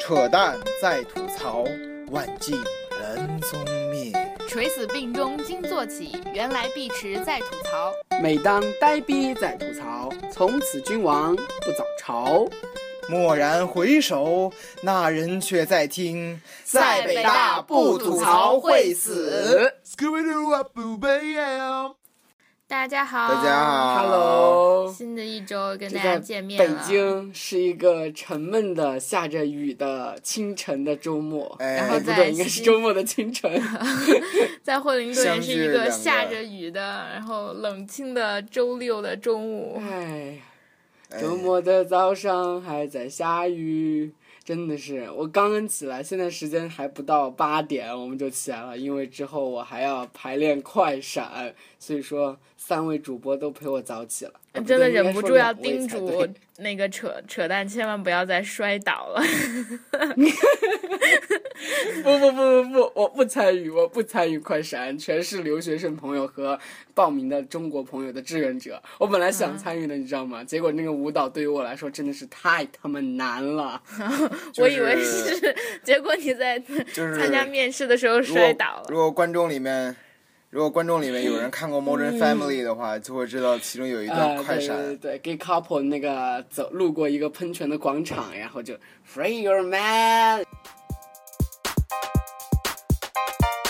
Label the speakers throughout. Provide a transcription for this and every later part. Speaker 1: 扯淡再吐槽，万径人踪灭。
Speaker 2: 垂死病中惊坐起，原来碧池在吐槽。
Speaker 3: 每当呆逼在吐槽，从此君王不早朝。
Speaker 1: 蓦然回首，那人却在听。
Speaker 2: 在北大不吐槽会死。大家好，
Speaker 1: 大家好
Speaker 3: Hello，
Speaker 2: 新的一周跟
Speaker 3: 这
Speaker 2: 大家
Speaker 3: 个
Speaker 2: 见面
Speaker 3: 北
Speaker 2: 了。
Speaker 3: 京是一个沉闷的、下着雨的清晨的周末。
Speaker 1: 哎
Speaker 2: 然后
Speaker 3: 不
Speaker 2: 在
Speaker 3: 对，应该
Speaker 2: 西
Speaker 3: 是周末的清 晨。
Speaker 2: 在惠灵顿也
Speaker 1: 相聚
Speaker 2: 是一
Speaker 1: 两
Speaker 2: 个
Speaker 1: 个
Speaker 2: 下着雨的，然后冷清的周六的中午。
Speaker 3: 哎，
Speaker 1: 哎
Speaker 3: 周末的早上还在下雨，真的是我刚刚起来，现在时间还不到八点，我们就起来了，因为之后我还要排练快闪，所以说三位主播都陪我早起了，啊不
Speaker 2: 真的
Speaker 3: 对应该
Speaker 2: 忍不
Speaker 3: 说
Speaker 2: 住要
Speaker 3: 两位
Speaker 2: 叮
Speaker 3: 才
Speaker 2: 嘱
Speaker 3: 对
Speaker 2: 那个扯扯淡，千万不要再摔倒了。
Speaker 3: 不不不不不，我不参与，我不参与快闪，全是留学生朋友和报名的中国朋友的志愿者。我本来
Speaker 2: 啊
Speaker 3: 想参与的，你知道吗？结果那个舞蹈对于我来说真的是太他妈难了。
Speaker 1: 就
Speaker 2: 我以为
Speaker 1: 是
Speaker 2: 是，结果你在
Speaker 1: 就是
Speaker 2: 参加面试的时候
Speaker 1: 如果
Speaker 2: 摔倒了。
Speaker 1: 如果观众里面，如果观众里面有人看过《Modern
Speaker 2: 嗯
Speaker 1: Family》的话，就会知道其中有一
Speaker 3: 呃，
Speaker 1: 段快闪。
Speaker 3: 对对对对，gay couple 那个走路过一个喷泉的广场，然后就 free your man。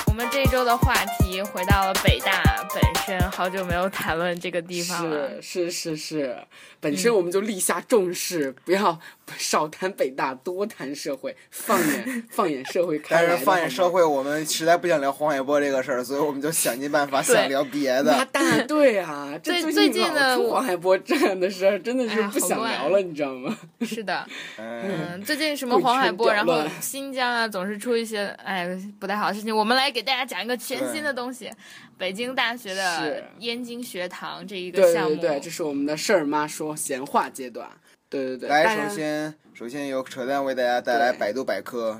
Speaker 2: 我们这一周的话题回到了北大本身，好久没有谈论这个地方了。嗯
Speaker 3: 是是是是，本身我们就立下重誓，不要 少谈北大，多谈社会，放眼放眼社会开
Speaker 1: 但
Speaker 3: 来的。
Speaker 1: 是放眼社
Speaker 3: 会，
Speaker 1: 会，我们实在不想聊黄海波这个事儿，所以我们就想尽办法
Speaker 2: 对
Speaker 1: 想聊别
Speaker 3: 那
Speaker 1: 的。哎
Speaker 3: 大对啊，这
Speaker 2: 最最
Speaker 3: 最
Speaker 2: 近呢
Speaker 3: 老出
Speaker 2: 我
Speaker 3: 黄海波这样的事儿，真的是
Speaker 2: 哎呀
Speaker 3: 不
Speaker 2: 好
Speaker 3: 想
Speaker 2: 乱
Speaker 3: 聊了，你知道吗？
Speaker 2: 是的，
Speaker 1: 嗯，
Speaker 2: 嗯，最近什么黄海波，
Speaker 3: 贵圈
Speaker 2: 然
Speaker 3: 搅
Speaker 2: 后
Speaker 3: 乱
Speaker 2: 新疆啊，总是出一些哎不太好的事情。我们来给大家讲一个全新的东西，北京大学的
Speaker 3: 是
Speaker 2: 燕京学堂这一个
Speaker 3: 对
Speaker 2: 项
Speaker 3: 对
Speaker 2: 目。
Speaker 3: 对，这是我们的事儿妈说闲话阶段。对对对，大
Speaker 1: 来，
Speaker 3: 家
Speaker 1: 首先首先由扯淡为大家带来
Speaker 3: 对
Speaker 1: 百度百科。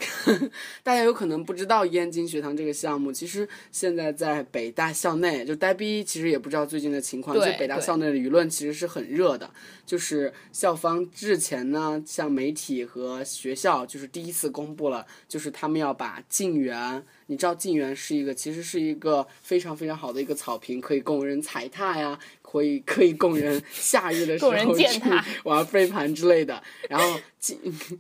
Speaker 3: 大家有可能不知道燕京学堂这个项目，其实现在在北大校内，就呆逼其实也不知道最近的情况。就
Speaker 2: 对
Speaker 3: 北大
Speaker 2: 对
Speaker 3: 校内的舆论其实是很热的，就是校方之前呢，向媒体和学校就是第一次公布了，就是他们要把静园，你知道静园是一个其实是一个非常非常好的一个草坪，可以供人踩踏呀，可以可以供人夏日的时
Speaker 2: 供人
Speaker 3: 候去
Speaker 2: 践踏
Speaker 3: 玩飞盘之类的。然后静，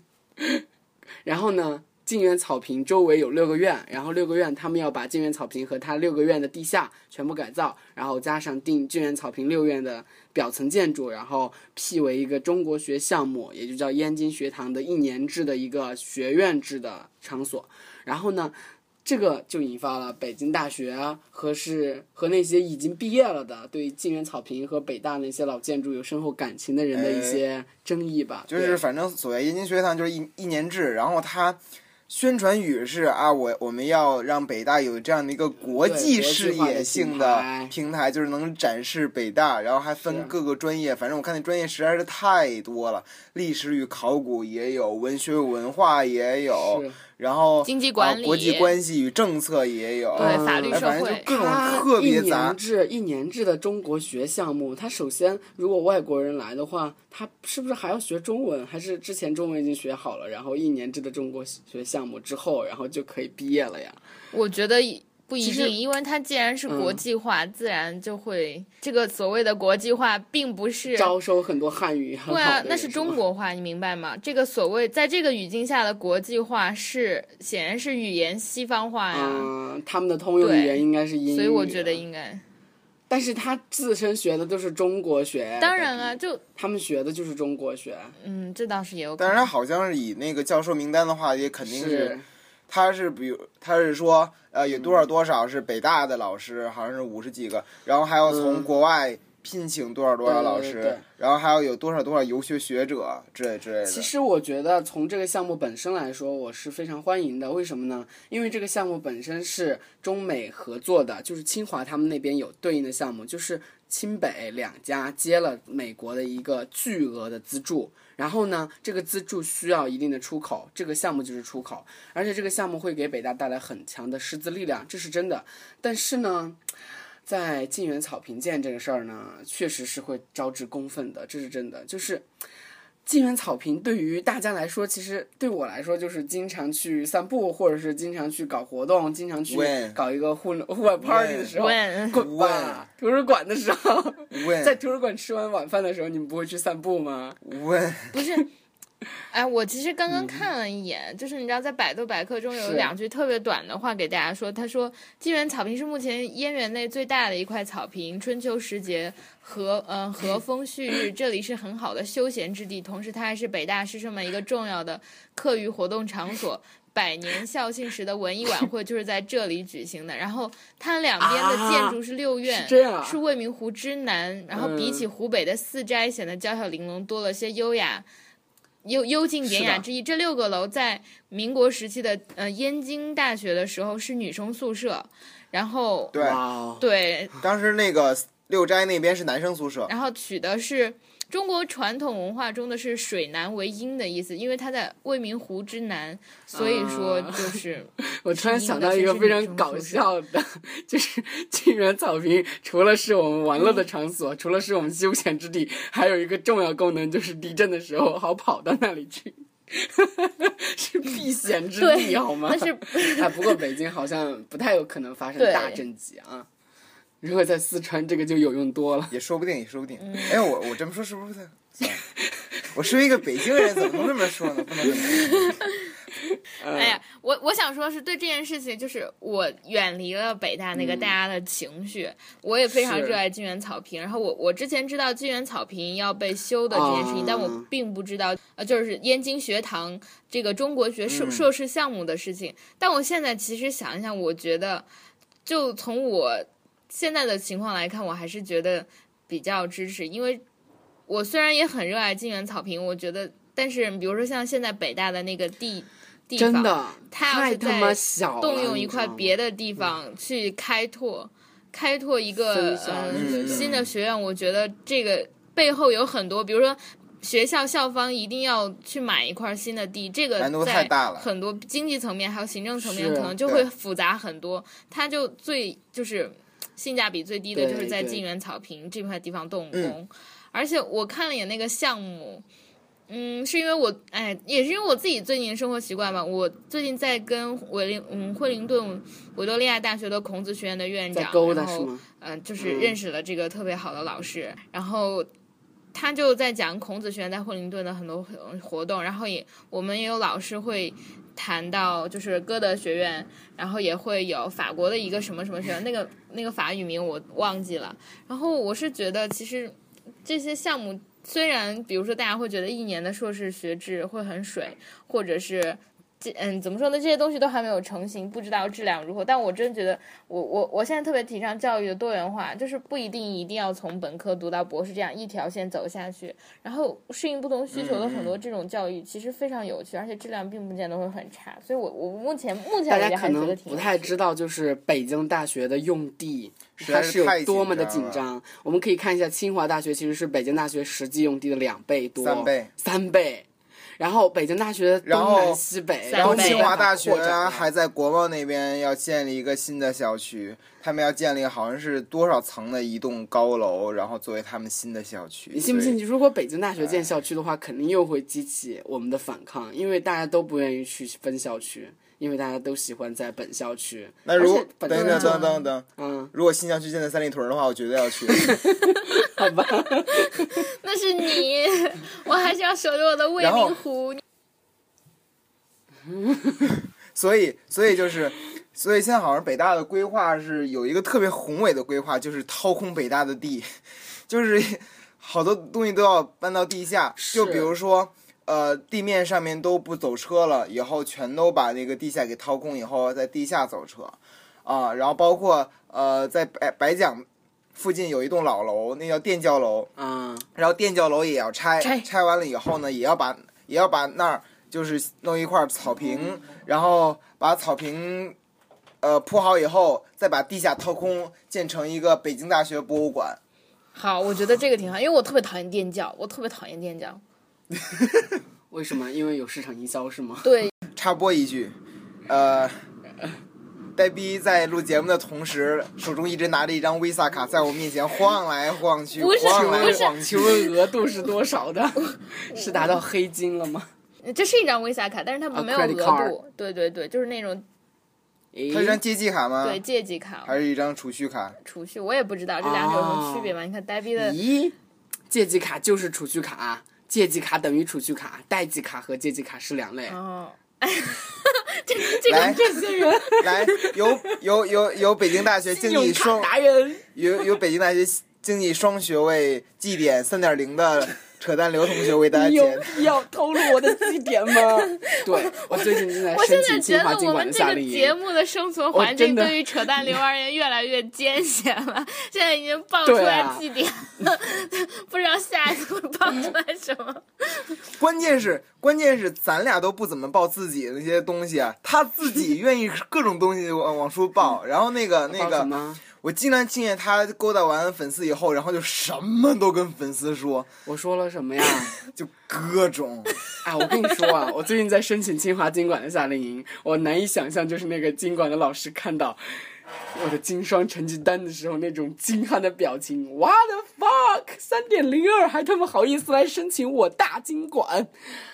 Speaker 3: 然后呢，静园草坪周围有六个院，然后六个院他们要把静园草坪和它六个院的地下全部改造，然后加上定静园草坪六院的表层建筑，然后辟为一个中国学项目，也就叫燕京学堂的一年制的一个学院制的场所。然后呢，这个就引发了北京大学和是和那些已经毕业了的对静园草坪和北大那些老建筑有深厚感情的人的一些争议吧。
Speaker 1: 哎就
Speaker 3: 对
Speaker 1: 是反正所谓燕京学堂就是一一年制，然后它宣传语是啊，我我们要让北大有这样的一个国际视野性的
Speaker 3: 对国际化的品牌
Speaker 1: 平台，就是能展示北大，然后还分
Speaker 3: 是
Speaker 1: 各个专业，反正我看那专业实在是太多了，历史与考古也有，文学与文化也有
Speaker 3: 是，
Speaker 1: 然后
Speaker 2: 经济管理
Speaker 1: 啊国际关系与政策也有，
Speaker 2: 对法律
Speaker 1: 哎
Speaker 2: 社
Speaker 1: 反正就
Speaker 2: 会
Speaker 1: 各种
Speaker 3: 它
Speaker 1: 特别
Speaker 3: 一
Speaker 1: 杂
Speaker 3: 年，制一年制的中国学项目，它首先如果外国人来的话，他是不是还要学中文？还是之前中文已经学好了，然后一年制的中国学项目之后，然后就可以毕业了呀？
Speaker 2: 我觉得一不一
Speaker 3: 其
Speaker 2: 定，
Speaker 3: 实嗯
Speaker 2: 因为它既然是国际化，自然就会这个所谓的国际化，并不是
Speaker 3: 招收很多汉语很好
Speaker 2: 对
Speaker 3: 的
Speaker 2: 啊
Speaker 3: 人，
Speaker 2: 那是中
Speaker 3: 吗。
Speaker 2: 国话，你明白吗？这个所谓在这个语境下的国际化是显然是语言西方化呀，
Speaker 3: 嗯，他们的通用语言应该是英语，
Speaker 2: 所以我觉得，应该
Speaker 3: 但是他自身学的都是中国学，
Speaker 2: 当然啊，就
Speaker 3: 他们学的就是中国学，
Speaker 2: 嗯，这倒是也有可
Speaker 1: 但是
Speaker 2: 能。
Speaker 1: 它好像是以那个教授名单的话，也肯定
Speaker 3: 是嗯
Speaker 1: 他是比如他是说，呃，有多少多少是北大的老师，好像是五十几个，然后还要从
Speaker 3: 嗯
Speaker 1: 国外聘请多少多少老师，
Speaker 3: 对对对
Speaker 1: 然后还要有多少多少游学学者之类之类的。
Speaker 3: 其实我觉得从这个项目本身来说，我是非常欢迎的。为什么呢？因为这个项目本身是中美合作的，就是清华他们那边有对应的项目，就是清北两家接了美国的一个巨额的资助。然后呢，这个资助需要一定的出口，这个项目就是出口，而且这个项目会给北大带来很强的师资力量，这是真的。但是呢，在晋园草坪建这个事儿呢，确实是会招致公愤的，这是真的。就是静园草坪对于大家来说，其实对我来说就是经常去散步，或者是经常去搞活动，经常去
Speaker 1: When？
Speaker 3: 搞一个户户外 party 的时候，
Speaker 2: When？
Speaker 3: 滚吧！图书馆的时候，
Speaker 1: 问
Speaker 3: 在图书馆吃完晚饭的时候，你们不会去散步吗？
Speaker 1: 问
Speaker 2: 不是。哎，我其实刚刚看了一眼，就是你知道，在百度百科中有
Speaker 3: 嗯是
Speaker 2: 两句特别短的话给大家说，他说，金源草坪是目前燕园内最大的一块草坪，春秋时节和呃 和风旭日，这里是很好的休闲之地，同时它还是北大师生们一个重要的课余活动场所。百年校庆时的文艺晚会就是在这里举行的，然后它两边的建筑是六院，
Speaker 3: 是这样啊嗯
Speaker 2: 是未名湖之南，然后比起湖北的四斋显得娇小玲珑，多了些优雅。幽幽静典雅
Speaker 3: 是的
Speaker 2: 之意。这六个楼在民国时期的呃燕京大学的时候是女生宿舍，然后
Speaker 1: 对，
Speaker 3: 哇哦，
Speaker 2: 对
Speaker 1: 当时那个六斋那边是男生宿舍，
Speaker 2: 然后取的是中国传统文化中的是水南为阴的意思，因为它在未名湖之南，所以说
Speaker 3: 啊
Speaker 2: 就是、
Speaker 3: 我突然想到一个非常搞笑的，就是静园草坪除了是我们玩
Speaker 2: 嗯
Speaker 3: 乐的场所，除了是我们休闲之地，还有一个重要功能就是地震的时候好跑到那里去， 是避险之地
Speaker 2: 对
Speaker 3: 好吗？
Speaker 2: 但是
Speaker 3: 哎， 不过北京好像不太有可能发生
Speaker 2: 对
Speaker 3: 大震级啊。如果在四川，这个就有用多了。
Speaker 1: 也说不定，也说不定。
Speaker 3: 嗯
Speaker 1: 哎，我我这么说是不是不太？算了我是一个北京人，怎么能这么说呢？不能这么说。
Speaker 3: 嗯
Speaker 2: 哎呀，我我想说是对这件事情，就是我远离了北大那个大家的情绪，我也非常
Speaker 3: 嗯是
Speaker 2: 热爱金源草坪。然后我我之前知道金源草坪要被修的这件事情，
Speaker 3: 啊
Speaker 2: 但我并不知道呃，就是燕京学堂这个中国学硕、
Speaker 1: 嗯
Speaker 2: 硕士项目的事情。但我现在其实想一想，我觉得就从我现在的情况来看，我还是觉得比较支持，因为我虽然也很热爱金源草坪，我觉得。但是，比如说像现在北大的那个地地方，
Speaker 3: 真的，
Speaker 2: 他要
Speaker 3: 太
Speaker 2: 是
Speaker 3: 他妈
Speaker 2: 在
Speaker 3: 小了，
Speaker 2: 动用一块别
Speaker 3: 的，
Speaker 2: 的地方去开拓，开拓一个
Speaker 3: 分校之
Speaker 2: 呃
Speaker 3: 类的
Speaker 2: 新的学院，我觉得这个背后有很多，比如说。学校校方一定要去买一块新的地，这个
Speaker 1: 难度太
Speaker 2: 在
Speaker 1: 大了
Speaker 2: 很多经济层面还有行政层面
Speaker 3: 是
Speaker 2: 可能就
Speaker 1: 对
Speaker 2: 会复杂很多。它就最就是性价比最低的，
Speaker 3: 对
Speaker 2: 就是在
Speaker 3: 对
Speaker 2: 晋园草坪这块地方动工。而且我看了眼那个项目，嗯，是因为我哎，也是因为我自己最近的生活习惯吧。我最近在跟维林嗯惠灵顿维多利亚大学的孔子学院的院
Speaker 3: 在
Speaker 2: 长，
Speaker 3: 勾搭
Speaker 2: 然
Speaker 3: 是
Speaker 2: 后
Speaker 3: 吗？
Speaker 2: 嗯、就是认识了这个特别好的老师，然后他就在讲孔子学院在惠灵顿的很多呃活动，然后也我们也有老师会谈到就是歌德学院，然后也会有法国的一个什么什么学院，那个那个法语名我忘记了。然后我是觉得其实这些项目。虽然，比如说大家会觉得一年的硕士学制会很水，或者是这嗯怎么说呢，这些东西都还没有成型，不知道质量如何。但我真觉得我我我现在特别提倡教育的多元化，就是不一定一定要从本科读到博士这样一条线走下去，然后适应不同需求的很
Speaker 3: 嗯
Speaker 2: 多这种教育，其实非常有趣，而且质量并不见得会很差。所以我我目前目前
Speaker 3: 大
Speaker 2: 我觉得呃还
Speaker 3: 家可
Speaker 2: 是觉
Speaker 3: 能
Speaker 2: 得挺
Speaker 3: 不
Speaker 2: 有
Speaker 3: 太
Speaker 2: 趣
Speaker 3: 知道，就是北京大学的用地
Speaker 1: 实
Speaker 3: 它
Speaker 1: 在
Speaker 3: 是
Speaker 1: 太
Speaker 3: 有多么的
Speaker 1: 紧
Speaker 3: 紧
Speaker 1: 张了。
Speaker 3: 张。我们可以看一下，清华大学其实是北京大学实际用地的两倍多，
Speaker 1: 三倍
Speaker 3: 三倍。然后北京大学
Speaker 1: 然
Speaker 3: 东
Speaker 1: 后
Speaker 3: 南西北，
Speaker 2: 然
Speaker 1: 然后
Speaker 2: 三倍
Speaker 1: 清华大学
Speaker 3: 扩展
Speaker 1: 啊，
Speaker 3: 了
Speaker 1: 还在国贸那边要建立一个新的校区，他们要建立好像是多少层的一栋高楼，然后作为他们新的校区。
Speaker 3: 你信不
Speaker 1: 所以
Speaker 3: 信？如果北京大学建校区的话，肯定又会激起我们的反抗，因为大家都不愿意去分校区，因为大家都喜欢在本校区。
Speaker 1: 那如
Speaker 3: 而
Speaker 1: 果
Speaker 3: 且
Speaker 1: 等
Speaker 3: 本
Speaker 1: 等
Speaker 3: 校区
Speaker 1: 等等等，
Speaker 3: 嗯，
Speaker 1: 如果新校区建在三里屯的话，我绝对要去。
Speaker 3: 好吧，
Speaker 2: 那是你， 我还是要守着我的未
Speaker 1: 然后
Speaker 2: 名湖。
Speaker 1: 所以，所以就是，所以现在好像北大的规划是有一个特别宏伟的规划，就是掏空北大的地， 就是好多东西都要搬到地下。就比如说，呃，地面上面都不走车了，以后全都把那个地下给掏空，以后在地下走车，啊、然后包括呃，在白白讲附近有一栋老楼，那叫电教楼，
Speaker 3: 嗯，
Speaker 1: 然后电教楼也要拆，
Speaker 2: 拆
Speaker 1: 完了以后呢，也要把也要把那儿就是弄一块草坪，然后把草坪呃铺好以后，再把地下掏空，建成一个北京大学博物馆。
Speaker 2: 好，我觉得这个挺好，因为我特别讨厌电教，我特别讨厌电教。
Speaker 3: 为什么？因为有市场营销是吗？
Speaker 2: 对，
Speaker 1: 插播一句，呃，呆逼在录节目的同时，手中一直拿着一张 Visa 卡，在我面前晃来晃去，
Speaker 2: 不是
Speaker 1: 晃来
Speaker 2: 不是
Speaker 1: 晃去
Speaker 3: 请。问额度是多少的？ 是达到黑金了吗？
Speaker 2: 这是一张 Visa 卡，但是它
Speaker 3: 啊
Speaker 2: 没有
Speaker 3: credit
Speaker 2: 额
Speaker 3: card
Speaker 2: 度。对对对，就是那种
Speaker 1: 它是一张借记卡
Speaker 3: 啊
Speaker 1: 吗？
Speaker 2: 对借记卡、
Speaker 1: 还是一张储蓄卡？
Speaker 2: 储蓄，我也不知道这两者有什么区别嘛？你看呆逼的，
Speaker 3: 啊咦，借记卡就是储蓄卡，啊借记卡等于储蓄卡，贷记卡和借记卡是两类。
Speaker 2: 哦， 这这
Speaker 1: 来
Speaker 2: 个这些人，
Speaker 1: 来，由由由由北京大学经济
Speaker 3: 用卡
Speaker 1: 双
Speaker 3: 达人，
Speaker 1: 由由北京大学经济双学位绩点三点零的扯淡刘同学为大家
Speaker 3: 你有
Speaker 1: 解答。
Speaker 3: 必要透露我的绩点 吗？对我最近正在
Speaker 2: 我
Speaker 3: 申
Speaker 2: 现
Speaker 3: 请
Speaker 2: 在觉
Speaker 3: 清华
Speaker 2: 得
Speaker 3: 经
Speaker 2: 我
Speaker 3: 管
Speaker 2: 们
Speaker 3: 的
Speaker 2: 这
Speaker 3: 夏
Speaker 2: 个
Speaker 3: 令
Speaker 2: 节
Speaker 3: 营。
Speaker 2: 目的生存
Speaker 3: 我
Speaker 2: 环
Speaker 3: 真
Speaker 2: 境
Speaker 3: 的
Speaker 2: 对于扯淡流而言越来越艰险了，现在已经爆出
Speaker 3: 对
Speaker 2: 来
Speaker 3: 啊
Speaker 2: 绩点了，不知道下一次会爆出来什么。
Speaker 1: 关键是关键是咱俩都不怎么报自己的那些东西啊，他自 己愿意各种东西往往出报，然后那个那
Speaker 3: 嗯报什
Speaker 1: 个，
Speaker 3: 么？啊
Speaker 1: 我经常听见他勾搭完粉丝以后，然后就什么都跟粉丝说，
Speaker 3: 我说了什么呀？
Speaker 1: 就各种。
Speaker 3: 哎，我跟你说 啊，我最近在申请清华经管的夏令营，我难以想象，就是那个经管的老师看到我的经双成绩单的时候那种惊叹的表情。What the fuck！三点零二还他妈好意思来申请我大经管，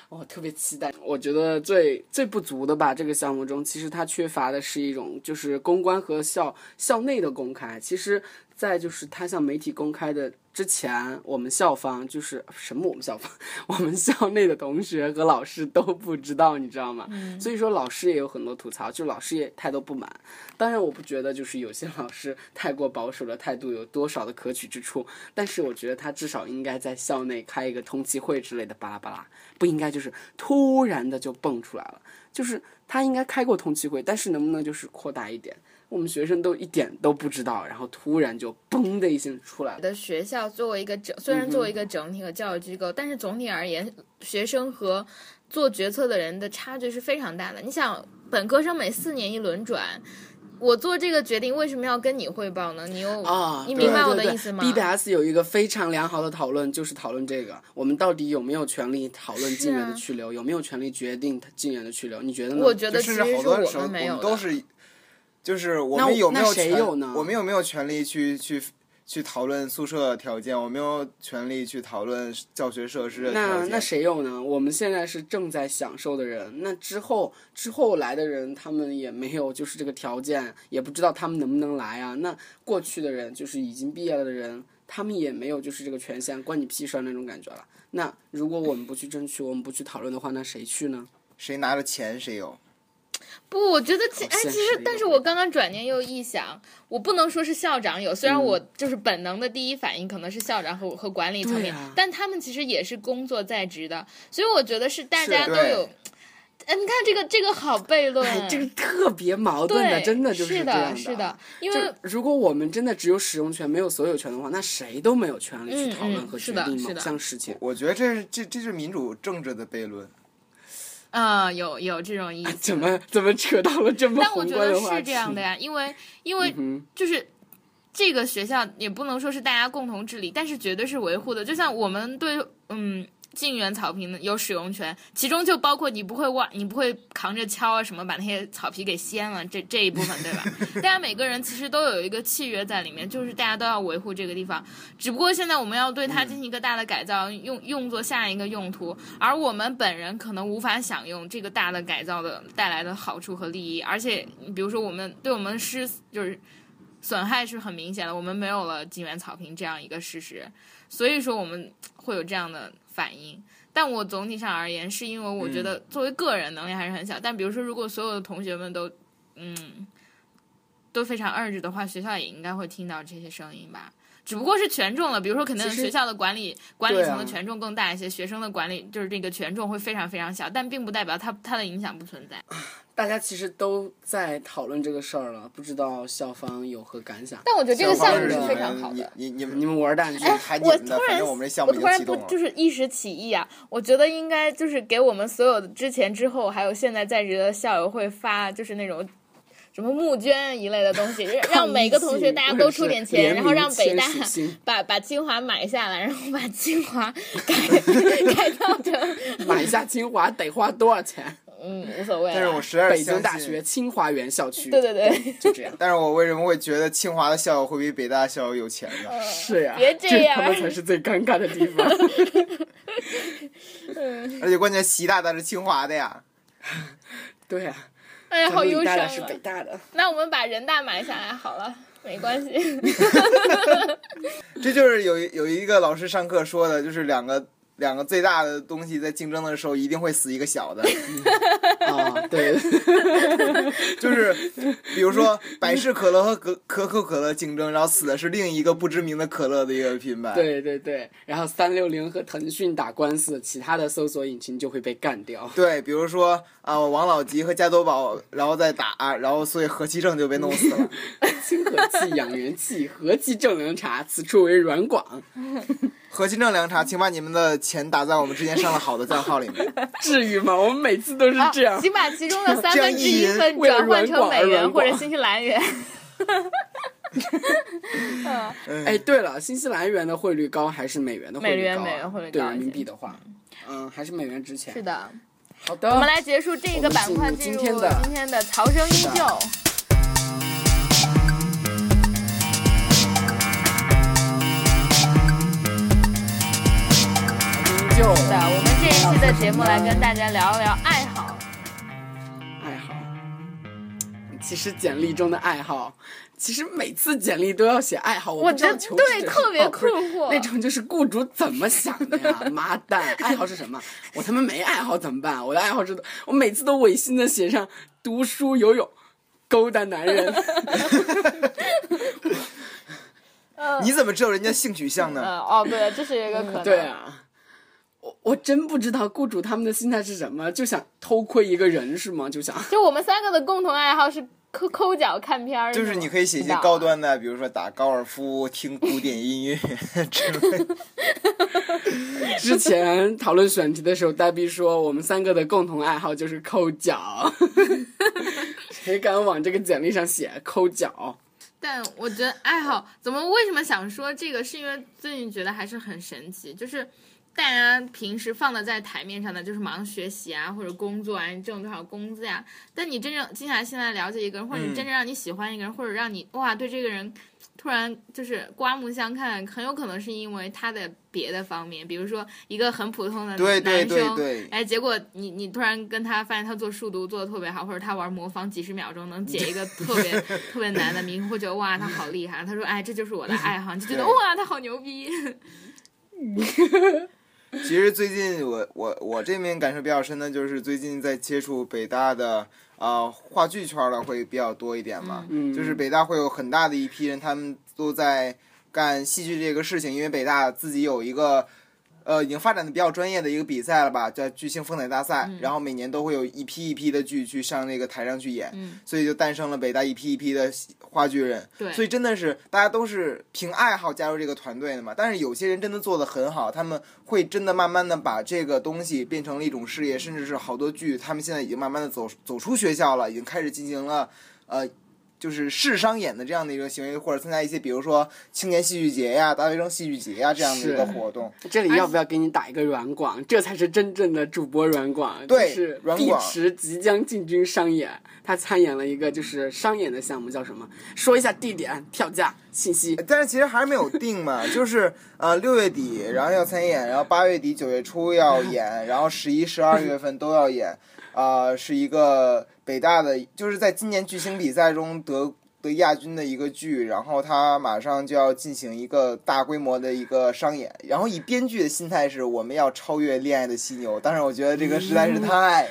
Speaker 3: 我特别期待。我觉得最最不足的吧，这个项目中，其实它缺乏的是一种就是公关和校校内的公开。其实，在就是它向媒体公开的之前，我们校方就是什么我们校方， 我们校内的同学和老师都不知道，你知道吗？所以说老师也有很多吐槽，就老师也太多不满。当然，我不觉得就是有些老师太过保守的态度有多少的可取之处，但是我觉得他至少应该在校内开一个通气会之类的巴拉巴拉，不应该就是突然的就蹦出来了。就是他应该开过通气会，但是能不能就是扩大一点？我们学生都一点都不知道，然后突然就嘣的一声出来
Speaker 2: 我
Speaker 3: 了。
Speaker 2: 的学校作为一个整，虽然作为一个整体和教育机构，但是总体而言，学生和做决策的人的差距是非常大的。你想，本科生每四年一轮转，我做这个决定为什么要跟你汇报呢？你又
Speaker 3: 啊，
Speaker 2: 你
Speaker 3: 对
Speaker 2: 明白
Speaker 3: 对
Speaker 2: 我的
Speaker 3: 对
Speaker 2: 意思吗
Speaker 3: BBS 有一个非常良好的讨论，就是讨论这个，我们到底有没有权利讨论禁言的去留，有没有权利决定禁言的去留？你觉得呢？
Speaker 2: 我觉
Speaker 1: 就
Speaker 2: 得其
Speaker 1: 甚
Speaker 2: 实
Speaker 1: 至好
Speaker 2: 是
Speaker 1: 多
Speaker 2: 我
Speaker 1: 时候我
Speaker 2: 没
Speaker 1: 们
Speaker 2: 有的
Speaker 1: 都是，就是我
Speaker 3: 那
Speaker 1: 们有没
Speaker 3: 那
Speaker 1: 有
Speaker 3: 谁
Speaker 1: 权，
Speaker 3: 有呢
Speaker 1: 我们有没有权利去去去讨论宿舍条件？我没有权利去讨论教学设施的条
Speaker 3: 那
Speaker 1: 件。
Speaker 3: 那谁有呢？我们现在是正在享受的人，那之后之后来的人，他们也没有就是这个条件，也不知道他们能不能来啊。那过去的人，就是已经毕业了的人，他们也没有就是这个权限，关你屁事儿那种感觉了。那如果我们不去争取，我们不去讨论的话，那谁去呢？
Speaker 1: 谁拿着钱谁有？
Speaker 2: 不，我觉得其哎，
Speaker 3: 现
Speaker 2: 其
Speaker 3: 实
Speaker 2: 实
Speaker 3: 的，
Speaker 2: 但是我刚刚转念又一想，我不能说是校长有，虽然我就是本能的第一反应可能是校长和和管理层
Speaker 3: 嗯对
Speaker 2: 面，
Speaker 3: 啊
Speaker 2: 但他们其实也是工作在职的，所以我觉得是大
Speaker 3: 是
Speaker 2: 家都
Speaker 1: 对
Speaker 2: 有。哎，你看这个这个好悖论，
Speaker 3: 哎， 这个特别矛盾的，
Speaker 2: 嗯对，
Speaker 3: 真的就是
Speaker 2: 是
Speaker 3: 这样
Speaker 2: 是的，因为
Speaker 3: 就如果我们真的只有使用权，没有所有权的话，那谁都没有权利
Speaker 2: 嗯
Speaker 3: 去讨论
Speaker 2: 嗯
Speaker 3: 和决
Speaker 2: 是的
Speaker 3: 定
Speaker 2: 是
Speaker 3: 某
Speaker 2: 的
Speaker 3: 项事情。
Speaker 1: 我觉得这是这这是民主政治的悖论。
Speaker 2: 啊、有有这种意思。
Speaker 3: 怎么怎么扯到了这么
Speaker 2: 但我
Speaker 3: 宏
Speaker 2: 觉
Speaker 3: 观
Speaker 2: 得
Speaker 3: 的话
Speaker 2: 是
Speaker 3: 题
Speaker 2: 这？样的呀，因 为因为
Speaker 3: 嗯，
Speaker 2: 就是这个学校也不能说是大家共同治理，但是绝对是维护的。就像我们对嗯静园草坪有使用权，其中就包括你不会挖，你不会扛着锹啊什么把那些草皮给掀了这这一部分，对吧？ 大家每个人其实都有一个契约在里面，就是大家都要维护这个地方。只不过现在我们要对它进行一个大的改造，用用作下一个用途，而我们本人可能无法享用这个大的改造的带来的好处和利益，而且比如说我们对我们失就是损害是很明显的，我们没有了金源草坪这样一个事实，所以说我们会有这样的反应。但我总体上而言，是因为我
Speaker 3: 嗯
Speaker 2: 觉得作为个人能力还是很小，但比如说如果所有的同学们都嗯都非常二致的话，学校也应该会听到这些声音吧。只不过是权重了，比如说可能
Speaker 3: 其实
Speaker 2: 学校的管理管理
Speaker 3: 对啊
Speaker 2: 层的权重更大一些，学生的管理就是这个权重会非常非常小，但并不代表它它的影响不存在。
Speaker 3: 大家其实都在讨论这个事儿了，不知道校方有何感想？
Speaker 2: 但我觉得这个
Speaker 1: 小
Speaker 2: 项
Speaker 1: 花
Speaker 2: 目
Speaker 1: 是
Speaker 2: 是
Speaker 1: 你
Speaker 2: 非
Speaker 1: 们
Speaker 2: 常好的。
Speaker 1: 你你
Speaker 3: 你
Speaker 1: 们
Speaker 3: 们玩蛋去！
Speaker 1: 谈你
Speaker 2: 我
Speaker 1: 们的，
Speaker 2: 突
Speaker 1: 反
Speaker 2: 然，
Speaker 1: 正我们这项目已
Speaker 2: 我
Speaker 1: 经
Speaker 2: 突然
Speaker 1: 启
Speaker 2: 不
Speaker 1: 动了。
Speaker 2: 就是一时起意啊！我觉得应该就是给我们所有的之前、之后，还有现在在职的校友会发，就是那种什么募捐一类的 东西，让让每个同学大家都出点钱，然后让北大 把把清华买下来，然后把清华改改造成
Speaker 3: 买下清华得花多少钱？
Speaker 2: 嗯，无所谓啦。
Speaker 1: 但是我实在是
Speaker 3: 北京
Speaker 1: 相
Speaker 3: 大
Speaker 1: 信
Speaker 3: 学清华园校区，
Speaker 2: 对对对，
Speaker 3: 就这样。
Speaker 1: 但是我为什么会觉得清华的校友会比北大的校友有钱
Speaker 2: 呃
Speaker 1: 呢？
Speaker 3: 是呀、
Speaker 2: 别这
Speaker 3: 这
Speaker 2: 样
Speaker 3: 他们才是最尴尬的地方。
Speaker 1: 而且关键习大大是清华的呀，
Speaker 3: 对呀、
Speaker 2: 哎呀，
Speaker 3: 啊，
Speaker 2: 好忧
Speaker 3: 大
Speaker 2: 伤
Speaker 3: 大是
Speaker 2: 啊
Speaker 3: 北！大的，
Speaker 2: 那我们把人大买下来好了，没关系。
Speaker 1: 这就是有一有一个老师上课说的，就是两个两个最大的东西在竞争的时候一定会死一个小的，
Speaker 3: 啊，对，
Speaker 1: 就是比如说百事可乐和可可口可乐竞争，然后死的是另一个不知名的可乐的一个品牌。，
Speaker 3: 对对对，然后三六零和腾讯打官司，其他的搜索引擎就会被干掉。
Speaker 1: 对，比如说啊、王老吉和加多宝，然后再打，然后所以何其正就被弄死 了。
Speaker 3: 清和气、养元气、和气正能茶，此处为软广。
Speaker 1: 何其正凉茶，请把你们的钱打在我们之前上了好的账号里面。
Speaker 3: 至于吗？我们每次都是这样。
Speaker 2: 请把其中的三
Speaker 1: 这
Speaker 2: 分
Speaker 1: 样
Speaker 2: 之
Speaker 1: 一
Speaker 2: 一
Speaker 1: 人
Speaker 2: 份
Speaker 3: 为了
Speaker 2: 转换
Speaker 3: 软
Speaker 2: 成
Speaker 3: 广
Speaker 2: 美
Speaker 3: 而
Speaker 2: 元
Speaker 3: 软
Speaker 2: 或者
Speaker 3: 广
Speaker 2: 新西兰元。嗯，
Speaker 3: 哎，对了，新西兰元的汇率高还是美元的汇
Speaker 2: 美
Speaker 3: 率
Speaker 2: 元
Speaker 3: 高啊、
Speaker 2: 美元汇率
Speaker 3: 对
Speaker 2: 高一
Speaker 3: 人
Speaker 2: 些
Speaker 3: 民币的话，嗯，还是美元值钱。
Speaker 2: 是的，
Speaker 3: 好的，
Speaker 2: 我们来结束这个
Speaker 3: 我们
Speaker 2: 板
Speaker 3: 进
Speaker 2: 块，
Speaker 3: 入
Speaker 2: 进
Speaker 3: 今
Speaker 2: 入
Speaker 3: 天的
Speaker 2: 哦今天的曹生依旧。
Speaker 3: 就是
Speaker 2: 的，我们这一期的节目来跟大家聊一聊爱好。
Speaker 3: 爱好。哎其实简历中的爱好，其实每次简历都要写爱好，我
Speaker 2: 我
Speaker 3: 不知道
Speaker 2: 真
Speaker 3: 求职
Speaker 2: 对
Speaker 3: 者是
Speaker 2: 特别
Speaker 3: 哦不是
Speaker 2: 困惑
Speaker 3: 那种就是雇主怎么想的哎呀？妈蛋，爱好是什么？我他妈没爱好怎么办？我的爱好是，我每次都违心的写上读书、游泳、勾搭男 人。
Speaker 2: 嗯
Speaker 1: 你怎么知道人家性取向呢？
Speaker 2: 嗯，哦，对了，这是一个可能。
Speaker 3: 对啊，我我真不知道雇主他们的心态是什么，就想偷窥一个人是吗？就 想
Speaker 2: 就我们三个的共同爱好是抠抠脚看片儿，
Speaker 1: 就是你可以写一
Speaker 3: 啊
Speaker 1: 些高。端的，比如说打高尔夫、听古典音乐之类的。
Speaker 3: 之前讨论选题的时候，呆逼说我们三个的共同爱好就是抠脚， 谁敢往这个简历上写抠脚？
Speaker 2: 但我觉得爱好怎么为什么想说这个，是因为最近觉得还是很神奇，就是大家平时放的在台面上的就是忙学习啊，或者工作啊，你挣多少工资呀、但你真正静下来现在了解一个人，或者你
Speaker 1: 嗯
Speaker 2: 真正让你喜欢一个人，或者让你哇对这个人突然就是刮目相看，很有可能是因为他的别的方面，比如说一个很普通的男生，
Speaker 1: 对对对
Speaker 3: 嗯
Speaker 1: 对，
Speaker 2: 哎，结果你你突然跟他发现他做数独做的特别好，或者他玩魔方几十秒钟能解一 个特别特别难的谜，会觉得哇他好厉害。他说哎这就是我的爱好，你 就觉得
Speaker 1: 对
Speaker 2: 哇他好牛逼。
Speaker 1: 其实最近我我我这边感受比较深的就是最近在接触北大的啊、呃话剧圈了会比较多一点嘛，
Speaker 3: 嗯
Speaker 1: 就是北大会有很大的一批人，他们都在干戏剧这个事情，因为北大自己有一个。呃，已经发展的比较专业的一个比赛了吧，叫巨星风采大赛，
Speaker 2: 嗯
Speaker 1: 然后每年都会有一批一批的剧去上那个台上去演，
Speaker 2: 嗯
Speaker 1: 所以就诞生了北大一批一批的话剧人，
Speaker 2: 对
Speaker 1: 所以真的是大家都是凭爱好加入这个团队的嘛。但是有些人真的做的很好，他们会真的慢慢的把这个东西变成了一种事业，甚至是好多剧，他们现在已经慢慢的走走出学校了，已经开始进行了，呃。就是市商演的这样的一个行为，或者参加一些比如说青年戏剧节呀、大学生戏剧节呀这样的一个
Speaker 3: 是
Speaker 1: 活动。
Speaker 3: 这里要不要给你打一个软广？这才是真正的主播软广。
Speaker 1: 对
Speaker 3: 就是
Speaker 1: 软
Speaker 3: 碧
Speaker 1: 广
Speaker 3: 池即将进军商演，他参演了一个就是商演的项目，叫什么？说一下地点、票价信息。
Speaker 1: 但是其实还是没有定嘛，就是呃六月底，然后要参演，然后八月底九月初要演，然后十一、十二月份都要演，啊、是一个北大的，就是在今年巨星比赛中得得亚军的一个剧，然后他马上就要进行一个大规模的一个商演，然后以编剧的心态是我们要超越《恋爱的犀牛》，但是我觉得这个实在是太。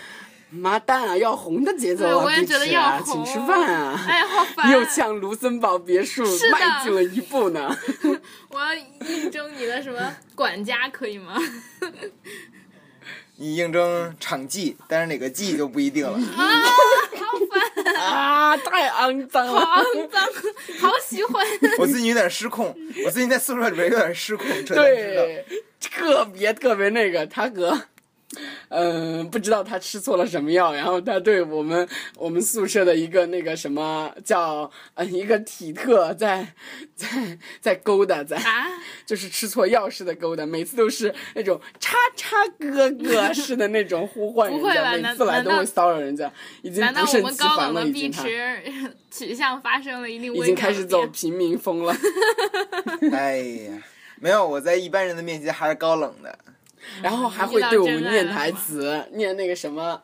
Speaker 3: 妈蛋啊，要红的节奏
Speaker 2: 对
Speaker 3: 啊！
Speaker 2: 我也
Speaker 3: 碧
Speaker 2: 觉得
Speaker 3: 池
Speaker 2: 要
Speaker 3: 啊
Speaker 2: 红
Speaker 3: 请吃饭啊！
Speaker 2: 哎呀好烦，
Speaker 3: 又向卢森堡别墅
Speaker 2: 是的
Speaker 3: 迈进了一步 呢。
Speaker 2: 我要应征你的什么管家可 以吗？
Speaker 1: 你应征场记，但是哪个记就不一定了。
Speaker 3: 啊，太肮脏
Speaker 2: 好
Speaker 3: 了！
Speaker 2: 肮脏，好喜欢。
Speaker 1: 我最近有点失控，我最近在宿舍里边有点失控，真的知道。
Speaker 3: 对，特别特别那个，他和 嗯、不知道他吃错了什么药，然后他对我们我们宿舍的一个那个什么叫呃一个体特在在在勾搭，在
Speaker 2: 啊，
Speaker 3: 就是吃错钥匙的勾搭，每次都是那种叉叉哥哥似的那种呼唤人
Speaker 2: 不会吧
Speaker 3: 家，每
Speaker 2: 难
Speaker 3: 次来
Speaker 2: 难
Speaker 3: 都
Speaker 2: 道
Speaker 3: 会骚扰人家，已经
Speaker 2: 难道
Speaker 3: 不
Speaker 2: 我
Speaker 3: 胜
Speaker 2: 们
Speaker 3: 其
Speaker 2: 高
Speaker 3: 烦
Speaker 2: 冷
Speaker 3: 了，
Speaker 2: 的
Speaker 3: 已
Speaker 2: 碧
Speaker 3: 经他
Speaker 2: 池取向发生了一定微
Speaker 3: 已
Speaker 2: 妙
Speaker 3: 经开始
Speaker 2: 的
Speaker 3: 走
Speaker 2: 变
Speaker 3: 平民风了。
Speaker 1: 哎呀，没有，我在一般人的面前还是高冷的。
Speaker 3: 然后还会对我们念台词，念那个什么，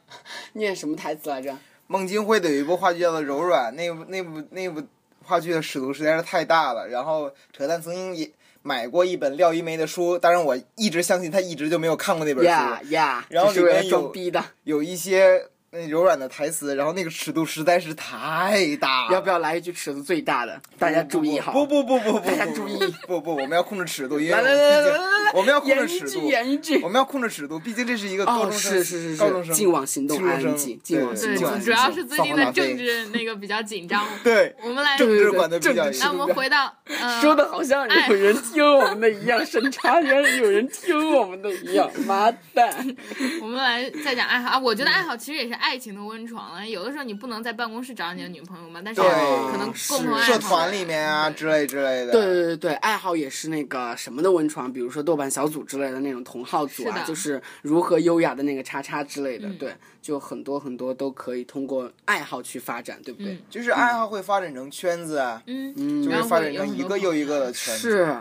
Speaker 3: 念什么台词来着？
Speaker 1: 孟京辉的有一部话剧叫做《柔软》，那部那部那部话剧的尺度实在是太大了。然后扯淡曾经也买过一本廖一梅的书，当然我一直相信他一直就没有看过那本书。
Speaker 3: 呀呀，
Speaker 1: 然后
Speaker 3: 这是为
Speaker 1: 里
Speaker 3: 了
Speaker 1: 面有啊
Speaker 3: 装逼的，
Speaker 1: 有一些那柔软的台词，然后那个尺度实在是太大了。
Speaker 3: 要不要来一句尺度最大的？大家注意好，
Speaker 1: 不不不不不，
Speaker 3: 大家注意
Speaker 1: 不不，我们要控制尺度，因为
Speaker 3: 来
Speaker 1: 我
Speaker 3: 来来
Speaker 1: 们毕
Speaker 3: 来来
Speaker 1: 竟
Speaker 3: 来来，
Speaker 1: 我们要控
Speaker 3: 演
Speaker 1: 制
Speaker 3: 一
Speaker 1: 尺
Speaker 3: 句
Speaker 1: 度，
Speaker 3: 演一句
Speaker 1: 我。们要控制尺度，毕竟这是一个高
Speaker 3: 哦，
Speaker 1: 中生，
Speaker 3: 是是是
Speaker 1: 高中生
Speaker 3: 是，，劲往行动
Speaker 1: 初中生
Speaker 3: ，ING，劲往
Speaker 1: 对
Speaker 3: 行
Speaker 1: 劲往
Speaker 3: 动，
Speaker 1: 行动
Speaker 2: 对，主要是最近
Speaker 1: 扫
Speaker 2: 的
Speaker 1: 黄打非
Speaker 2: 政治那个比较紧 张。
Speaker 1: 对，
Speaker 2: 我们来，
Speaker 1: 政治
Speaker 3: 治
Speaker 1: 管得比 较严
Speaker 2: 那我们回到呃，
Speaker 3: 说的好像有人听我们的一样，审查员有人听我们的一样，妈蛋！
Speaker 2: 我们来再讲爱好啊，
Speaker 3: 嗯
Speaker 2: 我觉得爱好其实也是爱情的温床啊。有的时候你不能在办公室找你的女朋友嘛，但是
Speaker 1: 对
Speaker 2: 可能共同爱好
Speaker 1: 社团里面啊
Speaker 2: 嗯
Speaker 1: 之类之类的，
Speaker 3: 对对对对，爱好也是那个什么的温床，比如说豆瓣小组之类的那种同好组
Speaker 2: 是
Speaker 3: 啊，
Speaker 2: 的
Speaker 3: 就是如何优雅的那个叉叉之类的，
Speaker 2: 嗯
Speaker 3: 对，就很多很多都可以通过爱好去发展，对不对？
Speaker 2: 嗯
Speaker 1: 就是爱好会发展成圈子啊，
Speaker 2: 嗯，
Speaker 1: 就
Speaker 2: 然
Speaker 1: 会
Speaker 2: 后
Speaker 1: 发
Speaker 2: 会
Speaker 1: 展
Speaker 2: 有
Speaker 1: 成
Speaker 2: 很
Speaker 1: 一
Speaker 2: 多嗯
Speaker 1: 个
Speaker 2: 朋
Speaker 1: 又一个
Speaker 2: 友
Speaker 1: 的圈子。
Speaker 3: 是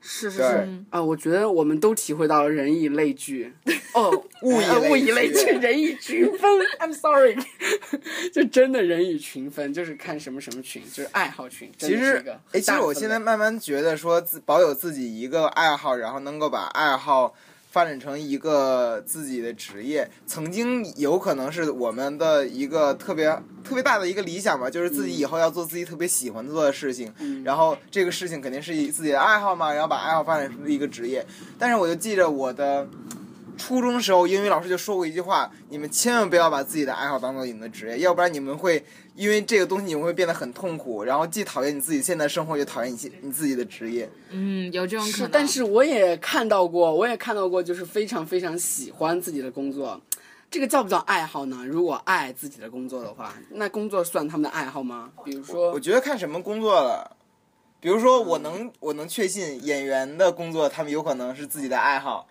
Speaker 3: 是是
Speaker 1: 对
Speaker 3: 是
Speaker 2: 嗯
Speaker 3: 啊，我觉得我们都体会到了人以类 聚，哦，
Speaker 1: 物以
Speaker 3: 呃
Speaker 1: 类
Speaker 3: 物以类
Speaker 1: 聚
Speaker 3: 聚，人以群分。I'm sorry，就真的人以群分，就是看什么什么群，就是爱好群。真
Speaker 1: 其
Speaker 3: 的是
Speaker 1: 实
Speaker 3: 一个，
Speaker 1: 哎，
Speaker 3: 很
Speaker 1: 其
Speaker 3: 大
Speaker 1: 实
Speaker 3: 的
Speaker 1: 我
Speaker 3: 分
Speaker 1: 现
Speaker 3: 类
Speaker 1: 在慢慢觉得说，自保有自己一个爱好，然后能够把爱好发展成一个自己的职业，曾经有可能是我们的一个特别特别大的一个理想吧，就是自己
Speaker 3: 嗯
Speaker 1: 以后要做自己特别喜欢做的事情，然后这个事情肯定是以自己的爱好嘛，然后把爱好发展成一个职业。但是我就记着我的。初中时候，英语老师就说过一句话：你们千万不要把自己的爱好当做你们的职业，要不然你们会因为这个东西你们会变得很痛苦，然后既讨厌你自己现在生活，也讨厌你现你自己的职业。
Speaker 2: 嗯，有这种可能。
Speaker 3: 但是我也看到过，我也看到过，就是非常非常喜欢自己的工作，这个叫不叫爱好呢？如果爱自己的工作的话，那工作算他们的爱好吗？比如
Speaker 1: 我
Speaker 3: 说，
Speaker 1: 觉得看什么工作了，比如说我能我能确信演员的工作，他们有可能是自己的爱好，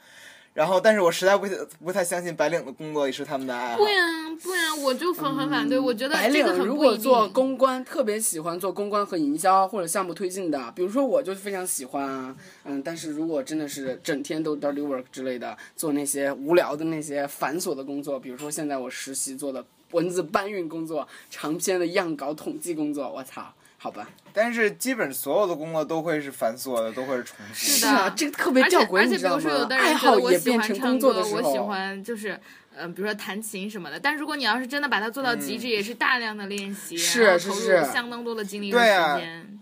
Speaker 1: 然后但是我实在不不太相信白领的工作也是他们的爱好
Speaker 2: 不。然不然我就很很反对，我觉得
Speaker 3: 嗯白
Speaker 2: 这
Speaker 3: 领
Speaker 2: 个很
Speaker 3: 如
Speaker 2: 不
Speaker 3: 果
Speaker 2: 一
Speaker 3: 做
Speaker 2: 定。
Speaker 3: 公关，特别喜欢做公关和营销或者项目推进的，比如说我就非常喜欢啊，嗯，但是如果真的是整天都 dirty work 之类的，做那些无聊的那些繁琐的工作，比如说现在我实习做的文字搬运工作、长篇的样稿统计工作，我操，好吧。
Speaker 1: 但是基本所有的工作都会是繁琐的，都会是重复的。
Speaker 2: 是
Speaker 3: 是
Speaker 2: 的
Speaker 3: 啊，这个特别
Speaker 2: 而且
Speaker 3: 吊诡，
Speaker 2: 而
Speaker 3: 你
Speaker 2: 且，
Speaker 3: 知
Speaker 2: 比
Speaker 3: 道
Speaker 2: 如说，有
Speaker 3: 吗？
Speaker 2: 的
Speaker 3: 爱
Speaker 2: 人觉
Speaker 3: 好
Speaker 2: 得我
Speaker 3: 也
Speaker 2: 喜
Speaker 3: 变
Speaker 2: 欢
Speaker 3: 成
Speaker 2: 唱
Speaker 3: 工作
Speaker 2: 歌
Speaker 3: 的，时
Speaker 2: 我
Speaker 3: 候，
Speaker 2: 喜欢就是，呃，比如说弹琴什么的。但是如果你要是真的把它做到极致，也是大量的练习，
Speaker 3: 嗯是
Speaker 2: 然后
Speaker 3: 是
Speaker 2: 投入
Speaker 3: 是
Speaker 2: 相当多的精力和
Speaker 1: 对啊
Speaker 2: 时间。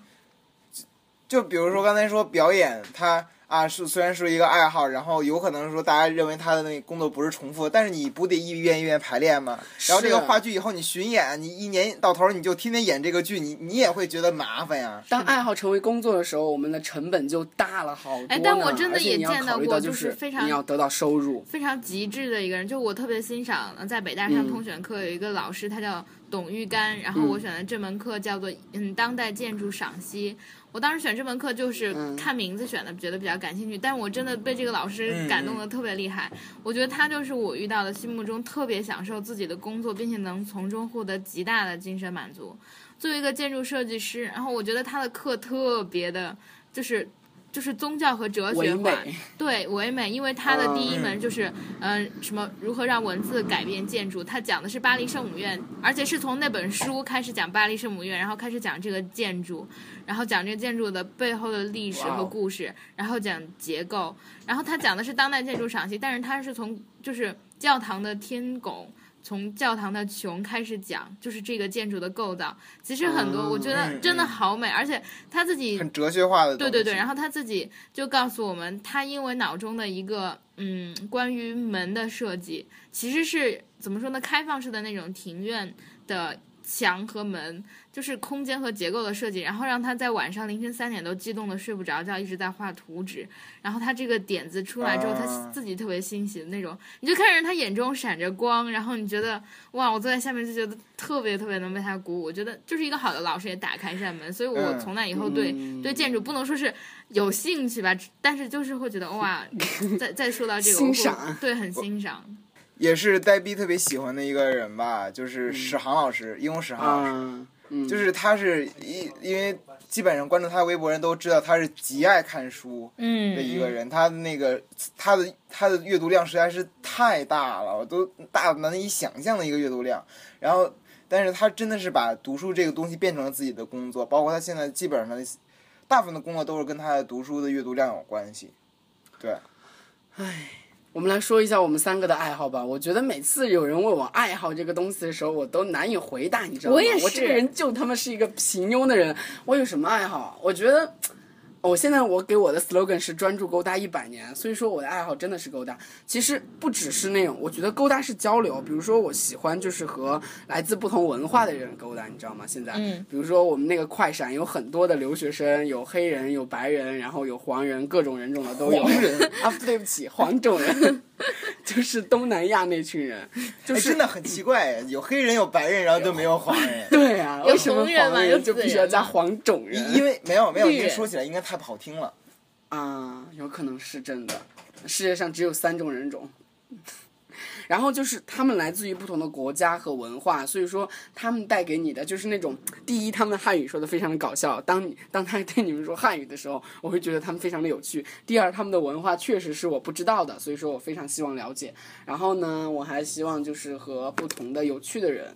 Speaker 1: 就比如说刚才说表演，它啊是虽然是一个爱好，然后有可能说大家认为他的那个工作不是重复，但是你不得一遍一遍排练吗？然后这个
Speaker 3: 是
Speaker 1: 话剧以后你巡演，你一年到头你就天天演这个剧，你你也会觉得麻烦呀。
Speaker 2: 嗯
Speaker 3: 当爱好成为工作的时候，我们的成本就大了好多呢。
Speaker 2: 哎但我真的
Speaker 3: 而且
Speaker 2: 也
Speaker 3: 你要
Speaker 2: 见到
Speaker 3: 考虑
Speaker 2: 过
Speaker 3: 到
Speaker 2: 就
Speaker 3: 就是
Speaker 2: 非常
Speaker 3: 你要得到收入。
Speaker 2: 非常极致的一个人，就我特别欣赏，呃在北大
Speaker 3: 嗯
Speaker 2: 上通选课有一个老师，他叫董玉干，然后我选的这门课叫做嗯当代建筑赏析。我当时选这门课就是
Speaker 3: 嗯
Speaker 2: 看名字选的，觉得比较感兴趣，但我真的被这个老师感动的特别厉害。我觉得他就是我遇到的心目中特别享受自己的工作，并且能从中获得极大的精神满足。作为一个建筑设计师，然后我觉得他的课特别的，就是就是宗教和哲
Speaker 3: 唯
Speaker 2: 学化，
Speaker 3: 美，
Speaker 2: 对唯美，因为它的第一门就是，嗯、呃，什么如何让文字改变建筑，它讲的是巴黎圣母院，而且是从那本书开始讲巴黎圣母院，然后开始讲这个建筑，然后讲这个建筑的背后的历史
Speaker 3: 哇
Speaker 2: 和
Speaker 3: 哦
Speaker 2: 故事，然后讲结构，然后它讲的是当代建筑赏析，但是它是从就是教堂的天拱。从教堂的穹开始讲，就是这个建筑的构造，其实很多，我觉得
Speaker 1: 嗯
Speaker 2: 真的
Speaker 1: 嗯
Speaker 2: 好美，而且他自己
Speaker 1: 很哲学化的东
Speaker 2: 对
Speaker 1: 西。
Speaker 2: 对对，然后他自己就告诉我们，他因为脑中的一个嗯，关于门的设计，其实是怎么说呢？开放式的那种庭院的墙和门，就是空间和结构的设计，然后让他在晚上凌晨三点都激动的睡不着觉，一直在画图纸。然后他这个点子出来之后，他
Speaker 1: 啊
Speaker 2: 自己特别欣喜的那种，你就看着他眼中闪着光，然后你觉得哇，我坐在下面就觉得特别特别能被他鼓舞。我觉得就是一个好的老师也打开一扇门，所以我
Speaker 1: 嗯
Speaker 2: 从那以后对、对建筑不能说是有兴趣吧，但是就是会觉得 哇，再再说到这个，我会
Speaker 3: 欣赏
Speaker 2: 对，很欣赏。
Speaker 1: 也是呆逼特别喜欢的一个人吧，就是
Speaker 2: 嗯
Speaker 1: 史航老师，英国史航老师。
Speaker 3: 啊，嗯，
Speaker 1: 就是他是一，因为基本上关注他的微博人都知道他是极爱看书
Speaker 2: 嗯
Speaker 1: 的一个人，他的那个他的他的阅读量实在是太大了，我都大难以想象的一个阅读量。然后，但是他真的是把读书这个东西变成了自己的工作，包括他现在基本上的大部分的工作都是跟他的读书的阅读量有关系。对，
Speaker 3: 我们来说一下我们三个的爱好吧。我觉得每次有人问我爱好这个东西的时候，我都难以回答，你知道吗？
Speaker 2: 我也是
Speaker 3: 我这个人就他妈是一个平庸的人。我有什么爱好？啊我觉得，我现在我给我的 slogan 是专注勾搭一百年，所以说我的爱好真的是勾搭。其实不只是那种，我觉得勾搭是交流。比如说，我喜欢就是和来自不同文化的人勾搭，你知道吗？现在，
Speaker 2: 嗯
Speaker 3: 比如说我们那个快闪有很多的留学生，有黑人，有白人，然后有黄人，各种人种的都有。
Speaker 1: 黄 人
Speaker 3: 啊，对不起，黄种人，就是东南亚那群人，就
Speaker 1: 哎，
Speaker 3: 是
Speaker 1: 真的很奇怪，有黑人有白人，然后就没有黄人。
Speaker 3: 对啊，
Speaker 2: 有
Speaker 3: 为什么
Speaker 2: 红人嘛
Speaker 3: 黄
Speaker 2: 有
Speaker 3: 人就
Speaker 2: 紫
Speaker 3: 必须
Speaker 2: 人
Speaker 3: 要加
Speaker 2: 嘛
Speaker 3: 黄种人？
Speaker 1: 因因为没有没有，
Speaker 2: 绿
Speaker 1: 这
Speaker 2: 人
Speaker 1: 说起来应该太不好听了。
Speaker 3: 啊，有可能是真的。世界上只有三种人种，然后就是他们来自于不同的国家和文化，所以说他们带给你的就是那种第一，他们的汉语说的非常的搞笑。当你当他对你们说汉语的时候，我会觉得他们非常的有趣。第二，他们的文化确实是我不知道的，所以说我非常希望了解。然后呢，我还希望就是和不同的有趣的人。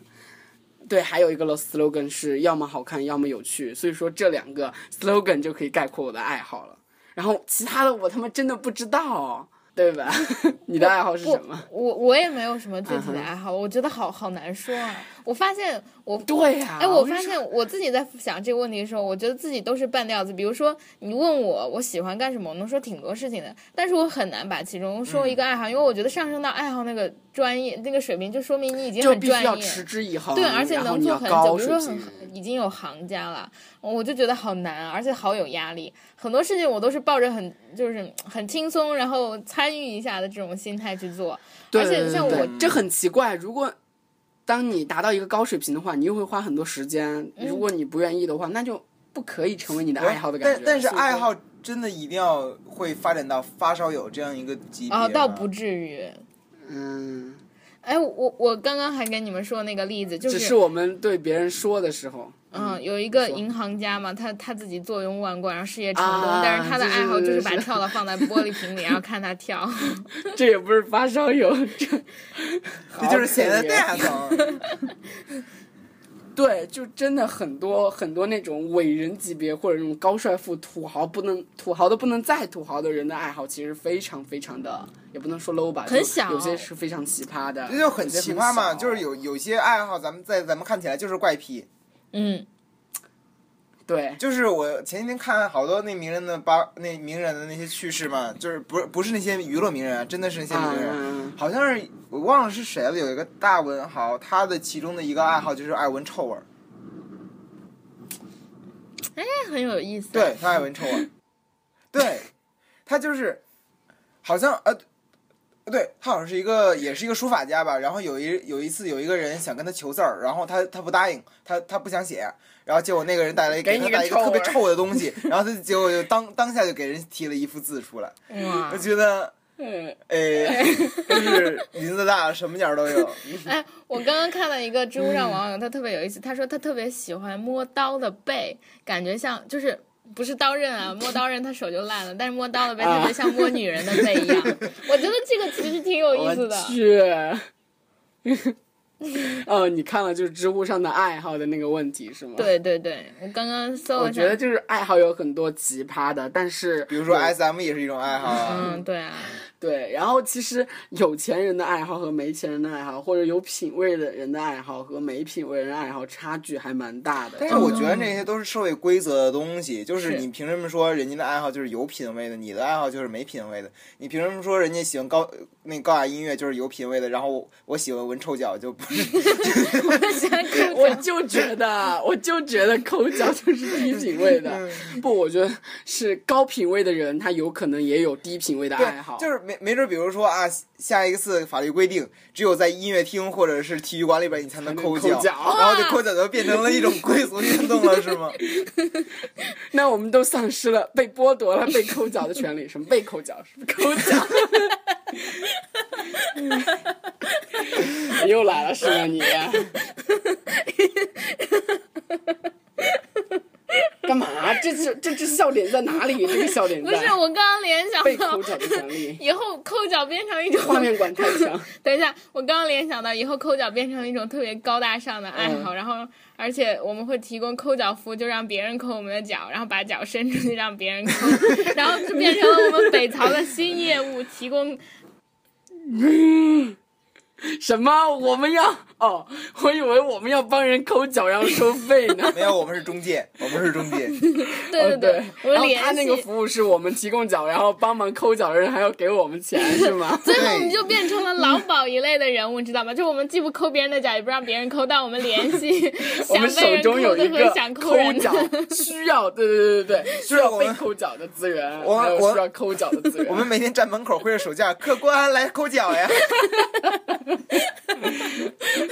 Speaker 3: 对，还有一个 slogan 是要么好看，要么有趣，所以说这两个 slogan 就可以概括我的爱好了。然后其他的我他妈真的不知道，对吧？ 你的爱好是
Speaker 2: 不
Speaker 3: 什么？
Speaker 2: 我我也没有什么具体的
Speaker 3: 嗯哼
Speaker 2: 爱好，我觉得好好难说啊。我发现我
Speaker 3: 对呀、
Speaker 2: 哎，我
Speaker 3: 就
Speaker 2: 发
Speaker 3: 说
Speaker 2: 现我自己在想这个问题的时候，我觉得自己都是半吊子。比如说，你问我我喜欢干什么，我能说挺多事情的，但是我很难把其中说
Speaker 3: 嗯
Speaker 2: 一个爱好，因为我觉得上升到爱好那个专业那个水平，就说明你已经
Speaker 3: 就
Speaker 2: 很
Speaker 3: 必须
Speaker 2: 专
Speaker 3: 要
Speaker 2: 业。
Speaker 3: 持之以恒，
Speaker 2: 对，而且
Speaker 3: 然后
Speaker 2: 能
Speaker 3: 你
Speaker 2: 做
Speaker 3: 要
Speaker 2: 很久，
Speaker 3: 高
Speaker 2: 比
Speaker 3: 水
Speaker 2: 如说
Speaker 3: 平
Speaker 2: 很已经有行家了，我就觉得好难，啊而且好有压力。很多事情我都是抱着很就是很轻松，然后参与一下的这种心态去做。
Speaker 3: 对
Speaker 2: 而且
Speaker 3: 对
Speaker 2: 像
Speaker 3: 对
Speaker 2: 我
Speaker 3: 对这很奇怪，如果。当你达到一个高水平的话，你又会花很多时间。如
Speaker 2: 嗯
Speaker 3: 果你不愿意的话，那就不可以成为你的爱好的感觉。
Speaker 1: 但但是
Speaker 3: 所以说
Speaker 1: 爱好真的一定要会发展到发烧友这样一个级别
Speaker 2: 啊，
Speaker 1: 吗
Speaker 2: 倒不至于。
Speaker 3: 嗯，
Speaker 2: 哎，我我刚刚还跟你们说那个例子，就
Speaker 3: 只是我们对别人说的时候，
Speaker 2: 嗯，有一个银行家嘛，他他自己坐拥万贯，然后事业成功，
Speaker 3: 啊
Speaker 2: 但是他的
Speaker 3: 对
Speaker 2: 爱好
Speaker 3: 对
Speaker 2: 就
Speaker 3: 对
Speaker 2: 是把
Speaker 3: 是
Speaker 2: 跳蚤放在玻璃瓶里，然后看它跳。
Speaker 3: 这也不是发烧友， 这
Speaker 1: 这就是显 得
Speaker 3: 好可怜
Speaker 1: 大方。
Speaker 3: 对，就真的很多很多那种伟人级别或者那种高帅富土豪不能土豪的不能再土豪的人的爱好，其实非常非常的，也不能说 low 吧，
Speaker 2: 很
Speaker 3: 就
Speaker 2: 小
Speaker 3: 有些是非常奇葩的，
Speaker 1: 这就很奇葩嘛，
Speaker 3: 有些很小啊
Speaker 1: 就是有有些爱好，咱们在咱们看起来就是怪癖。
Speaker 2: 嗯，
Speaker 3: 对
Speaker 1: 就是我前几天看好多那名人的八那名人的那些趣事嘛，就是不是不是那些娱乐名人啊，真的是那些
Speaker 3: 啊
Speaker 1: 名人，好像是我忘了是谁了，有一个大文豪，他的其中的一个爱好就是爱闻臭味儿，
Speaker 2: 那很有意思。
Speaker 1: 对他爱闻臭味儿，对他就是好像呃。对他好像是一个，也是一个书法家吧。然后有一有一次，有一个人想跟他求字儿，然后他他不答应，他他不想写。然后结果那个人带来
Speaker 3: 给
Speaker 1: 给
Speaker 3: 你
Speaker 1: 他
Speaker 3: 个
Speaker 1: 带一个
Speaker 3: 臭
Speaker 1: 特别
Speaker 3: 味儿
Speaker 1: 臭的东西，然后他结果就当当下就给人提了一幅字出来。
Speaker 2: 哇
Speaker 1: 我，觉得，
Speaker 3: 嗯，
Speaker 1: 哎，就是林子大，什么鸟都有。
Speaker 2: 哎，我刚刚看到一个知乎上网友，他特别有意思，他说他特别喜欢摸刀的背，感觉像就是。不是刀刃啊，摸刀刃他手就烂了，但是摸刀的背
Speaker 3: 啊
Speaker 2: 特别像摸女人的背 一样。我觉得这个其实挺有意思
Speaker 3: 我
Speaker 2: 的。
Speaker 3: 去。 哦，你看了就是知乎上的爱好的那个问题是吗？，
Speaker 2: 对对对，我刚刚搜了
Speaker 3: 我
Speaker 2: 一
Speaker 3: 觉得
Speaker 2: 下，
Speaker 3: 就是爱好有很多奇葩的，但是
Speaker 1: 比如说
Speaker 3: 有
Speaker 1: S M 也是一种爱好啊。
Speaker 2: 嗯，对啊，
Speaker 3: 对，然后其实有钱人的爱好和没钱人的爱好，或者有品位的人的爱好和没品位人的爱好差距还蛮大的。
Speaker 1: 但是我觉得那些都是社会规则的东西，就是
Speaker 2: 是
Speaker 1: 你凭什么说人家的爱好就是有品位的，你的爱好就是没品位的？你凭什么说人家喜欢高那高雅音乐就是有品位的，然后我我喜欢闻臭脚就不是？
Speaker 2: 我喜欢抠
Speaker 3: 我
Speaker 2: 脚，
Speaker 3: 就觉得，我就觉得抠脚就是低品位的。
Speaker 1: 嗯
Speaker 3: 不，我觉得是高品位的人，他有可能也有低品位的爱好。
Speaker 1: 就是没没准，比如说啊，下一次法律规定，只有在音乐厅或者是体育馆里边你才能
Speaker 3: 才能
Speaker 1: 抠
Speaker 3: 抠脚
Speaker 1: 然后这抠脚就变成了一种贵族运动了，是吗？
Speaker 3: 那我们都丧失了被剥夺了被抠脚的权 利。什么被抠脚？什么抠 脚？你又来了是吗你？干嘛？这是这这笑点在哪里？这个笑点
Speaker 2: 不
Speaker 3: 在
Speaker 2: 是我刚刚联想
Speaker 3: 嗯 被
Speaker 2: 到
Speaker 3: 抠脚的权 利，
Speaker 2: 以后抠脚变成一种
Speaker 3: 画面感太强。
Speaker 2: 等一下，我刚刚联想到以后抠脚变成一种特别高大上的爱
Speaker 3: 嗯
Speaker 2: 好，然后而且我们会提供抠脚服务，就让别人抠我们的脚，然后把脚伸出去让别人抠， 然后就变成了我们北曹的新业务，提供
Speaker 3: 什么？我们要哦？我以为我们要帮人抠脚要收费呢。
Speaker 1: 没有，我们是中介，我们是中介。
Speaker 2: 对
Speaker 3: 哦
Speaker 2: 对，我们
Speaker 3: 然后
Speaker 2: 联
Speaker 3: 他那个
Speaker 2: 系。
Speaker 3: 服务是我们提供脚，然后帮忙抠脚的人还要给我们钱，是吗？
Speaker 2: 最后
Speaker 1: 对
Speaker 2: 我 们就变成了劳保一类的人物，知道吗？就我们既不抠别人的脚，也不让别人抠，但我们联系
Speaker 3: 我
Speaker 2: 想
Speaker 3: 们
Speaker 2: 被
Speaker 3: 手
Speaker 2: 人
Speaker 3: 中有
Speaker 2: 抠
Speaker 3: 一
Speaker 2: 的
Speaker 3: 个
Speaker 2: 和想
Speaker 3: 抠
Speaker 2: 人
Speaker 3: 脚
Speaker 2: 的。
Speaker 3: 需要，对对对对对，需
Speaker 1: 是
Speaker 3: 要
Speaker 1: 我
Speaker 3: 被
Speaker 1: 们
Speaker 3: 抠脚的资源，
Speaker 1: 我
Speaker 3: 还有
Speaker 1: 我
Speaker 3: 需要抠脚的资源。
Speaker 1: 我们每天站门口挥着手架，客官来抠脚呀。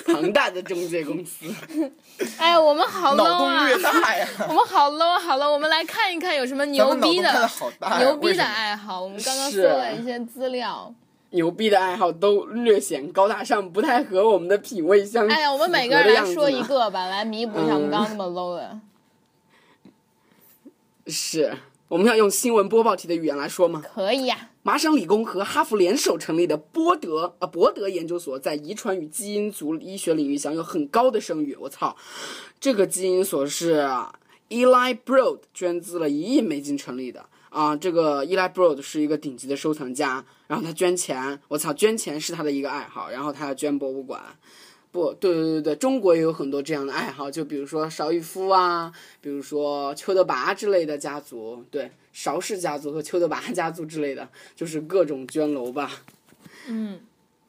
Speaker 3: 庞大的中介公司，
Speaker 2: 哎，我们好 low
Speaker 1: 脑洞
Speaker 2: 啊！
Speaker 1: 越大呀！
Speaker 2: 我们好 low 啊好了，我们来看一看有什么
Speaker 1: 咱
Speaker 2: 牛
Speaker 1: 们脑
Speaker 2: 逼
Speaker 1: 洞开的
Speaker 2: 的、
Speaker 1: 好大呀，
Speaker 2: 牛
Speaker 1: 哎
Speaker 2: 逼
Speaker 1: 为什
Speaker 2: 的
Speaker 1: 么
Speaker 2: 爱好。我们刚刚搜
Speaker 3: 是
Speaker 2: 了一些资料，
Speaker 3: 牛逼的爱好都略显高大上，不太和我们的品味相。
Speaker 2: 哎呀，我们每个
Speaker 3: 符合
Speaker 2: 人
Speaker 3: 的
Speaker 2: 来
Speaker 3: 样子
Speaker 2: 说
Speaker 3: 呢
Speaker 1: 啊
Speaker 2: 一个吧，来弥补一下我们
Speaker 3: 嗯
Speaker 2: 刚刚那么 low 的。
Speaker 3: 是。我们要用新闻播报题的语言来说吗？
Speaker 2: 可以呀、
Speaker 3: 麻省理工和哈佛联手成立的波德啊博德研究所，在遗传与基因组医学领域享有很高的声誉。我操，这个基因所是 Eli Broad 捐资了一亿美金成立的啊。这个 Eli Broad 是一个顶级的收藏家，然后他捐钱，我操，捐钱是他的一个爱好，然后他要捐博物馆。不对，对对对，中国也有很多这样的爱好，就比如说邵逸夫啊，比如说邱德拔之类的家族，对，邵氏家族和邱德拔家族之类的，就是各种捐楼吧。
Speaker 2: 嗯，